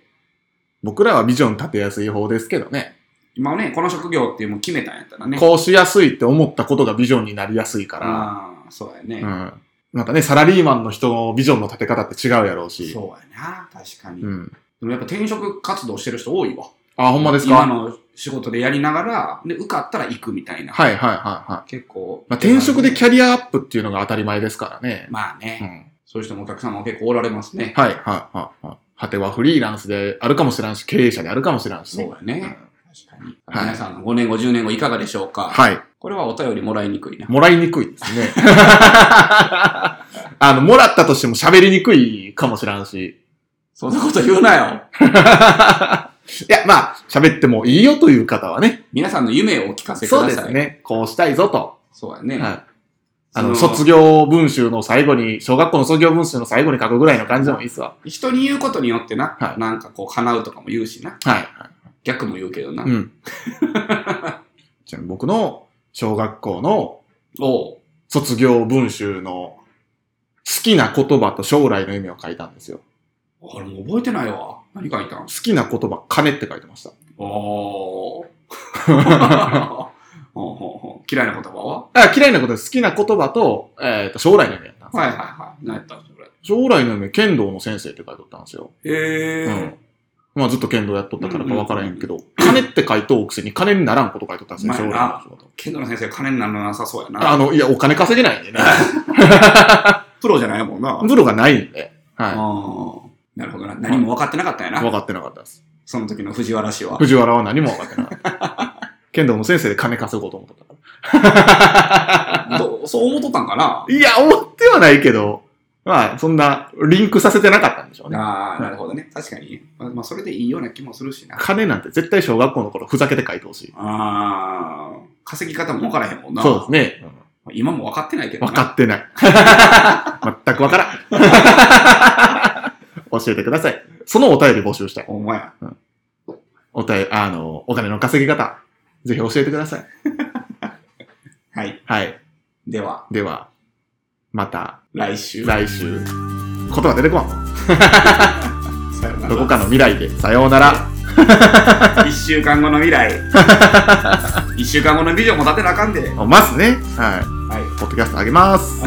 [SPEAKER 1] 僕らはビジョン立てやすい方ですけどね。
[SPEAKER 2] 今ね、この職業っていうもう決めたんやったらね。
[SPEAKER 1] こうしやすいって思ったことがビジョンになりやすいか
[SPEAKER 2] ああ、そうやね。
[SPEAKER 1] ら。うん。またね、サラリーマンの人のビジョンの立て方って違うやろうし。
[SPEAKER 2] そうやな、確かに。
[SPEAKER 1] うん。
[SPEAKER 2] でもやっぱ転職活動してる人多いわ。
[SPEAKER 1] あ、ほんまです
[SPEAKER 2] 今
[SPEAKER 1] か
[SPEAKER 2] の仕事でやりながら、で、受かったら行くみたいな。
[SPEAKER 1] はいはいはいはい。
[SPEAKER 2] 結構。
[SPEAKER 1] まあ、転職でキャ
[SPEAKER 2] リ
[SPEAKER 1] リアアップっていうのが当たり前ですからね。
[SPEAKER 2] まあ
[SPEAKER 1] う
[SPEAKER 2] ね、
[SPEAKER 1] ん。
[SPEAKER 2] そういう人もお客様も結構おられますね。
[SPEAKER 1] はいはいはいはい。果てはフリーランスであるかもしれんし、経営者であるかもしれんし、
[SPEAKER 2] そうやね。
[SPEAKER 1] うん
[SPEAKER 2] 確かに。
[SPEAKER 1] はい
[SPEAKER 2] 皆さんの5年後、10年後いかがでしょうか、
[SPEAKER 1] はい。
[SPEAKER 2] これはお便りもらいにくいな。
[SPEAKER 1] もらいにくいですね。 あの、もらったとしても喋りにくいかもしらんし。
[SPEAKER 2] そんなこと言うなよ。
[SPEAKER 1] いや、まあ、喋ってもいいよという方はね。
[SPEAKER 2] 皆さんの夢をお聞かせくだ
[SPEAKER 1] そう
[SPEAKER 2] さい。
[SPEAKER 1] です。ね。こうしたいぞと。
[SPEAKER 2] そうやね。
[SPEAKER 1] はい。あの、
[SPEAKER 2] そ
[SPEAKER 1] 卒業文集の最後に、小学校の卒業文集の最後に書くぐらいの感じでもいいっすわ。
[SPEAKER 2] 人に言うことによってな、
[SPEAKER 1] はい
[SPEAKER 2] なんかこう叶うとかも言うしな。
[SPEAKER 1] はい。
[SPEAKER 2] 逆も言うけどな。
[SPEAKER 1] うん。 ちなみに僕の小学校の
[SPEAKER 2] おう
[SPEAKER 1] 卒業文集の好きな言葉と将来の意味を書いたんですよ。
[SPEAKER 2] あれもう覚えてないわ。何書いたん
[SPEAKER 1] 好きな言葉、金って書いてました。
[SPEAKER 2] おーほうほうほう嫌いな言葉は
[SPEAKER 1] あ嫌いなことです。好きな言葉と、えっ、と、将来の意味やったんですよ
[SPEAKER 2] はいはいはい。何やったんそれ。
[SPEAKER 1] 将来の意味、剣道の先生って書いてあったんですよ。
[SPEAKER 2] へ
[SPEAKER 1] う
[SPEAKER 2] え
[SPEAKER 1] ん。まあずっと剣道やっとったからかわからへんけど、金って書いとおくせに金にならんこと書いとったんですよ、
[SPEAKER 2] まあ
[SPEAKER 1] 将
[SPEAKER 2] な
[SPEAKER 1] 来の仕事。
[SPEAKER 2] 剣道の先生金にならなさそうや
[SPEAKER 1] あ
[SPEAKER 2] な。
[SPEAKER 1] の、いや、お金稼げないんでね。
[SPEAKER 2] プロじゃないもんな。
[SPEAKER 1] プロがないんで、は
[SPEAKER 2] あーなるほどな。何も分かってなかったんや
[SPEAKER 1] い。分
[SPEAKER 2] な。
[SPEAKER 1] かってなかったです。
[SPEAKER 2] その時の藤原氏は。
[SPEAKER 1] 藤原は何も分かってなかった。 剣道の先生で金稼ごうと思っとったか
[SPEAKER 2] どうそう思っとったんかな
[SPEAKER 1] ら。いや、思ってはないけど、まあ、そんな、リンクさせてなかったんでしょうね。
[SPEAKER 2] ああ、なるほどね。確かに。まあ、まあそれでいいような気もするしな。
[SPEAKER 1] 金なんて絶対小学校の頃ふざけて書いてほしい。
[SPEAKER 2] ああ、稼ぎ方も分からへんもんな。
[SPEAKER 1] そうですね。
[SPEAKER 2] まあ今も分かってないけどな。
[SPEAKER 1] 分かって ない。全く分からん。 教えてください。そのお便り募集したい。
[SPEAKER 2] ほんまや。
[SPEAKER 1] お便り、あの、お金の稼ぎ方、ぜひ教えてください。
[SPEAKER 2] はい。
[SPEAKER 1] はい。
[SPEAKER 2] では、
[SPEAKER 1] では、また
[SPEAKER 2] 来週。
[SPEAKER 1] 来週。言葉出てこん。
[SPEAKER 2] さよなら
[SPEAKER 1] どこかの未来で。さようなら。
[SPEAKER 2] 一週間後の未来。一週間後のビジョンも立てなあかんで。は
[SPEAKER 1] ますね。はい。
[SPEAKER 2] い。
[SPEAKER 1] ポッドキャストあげます。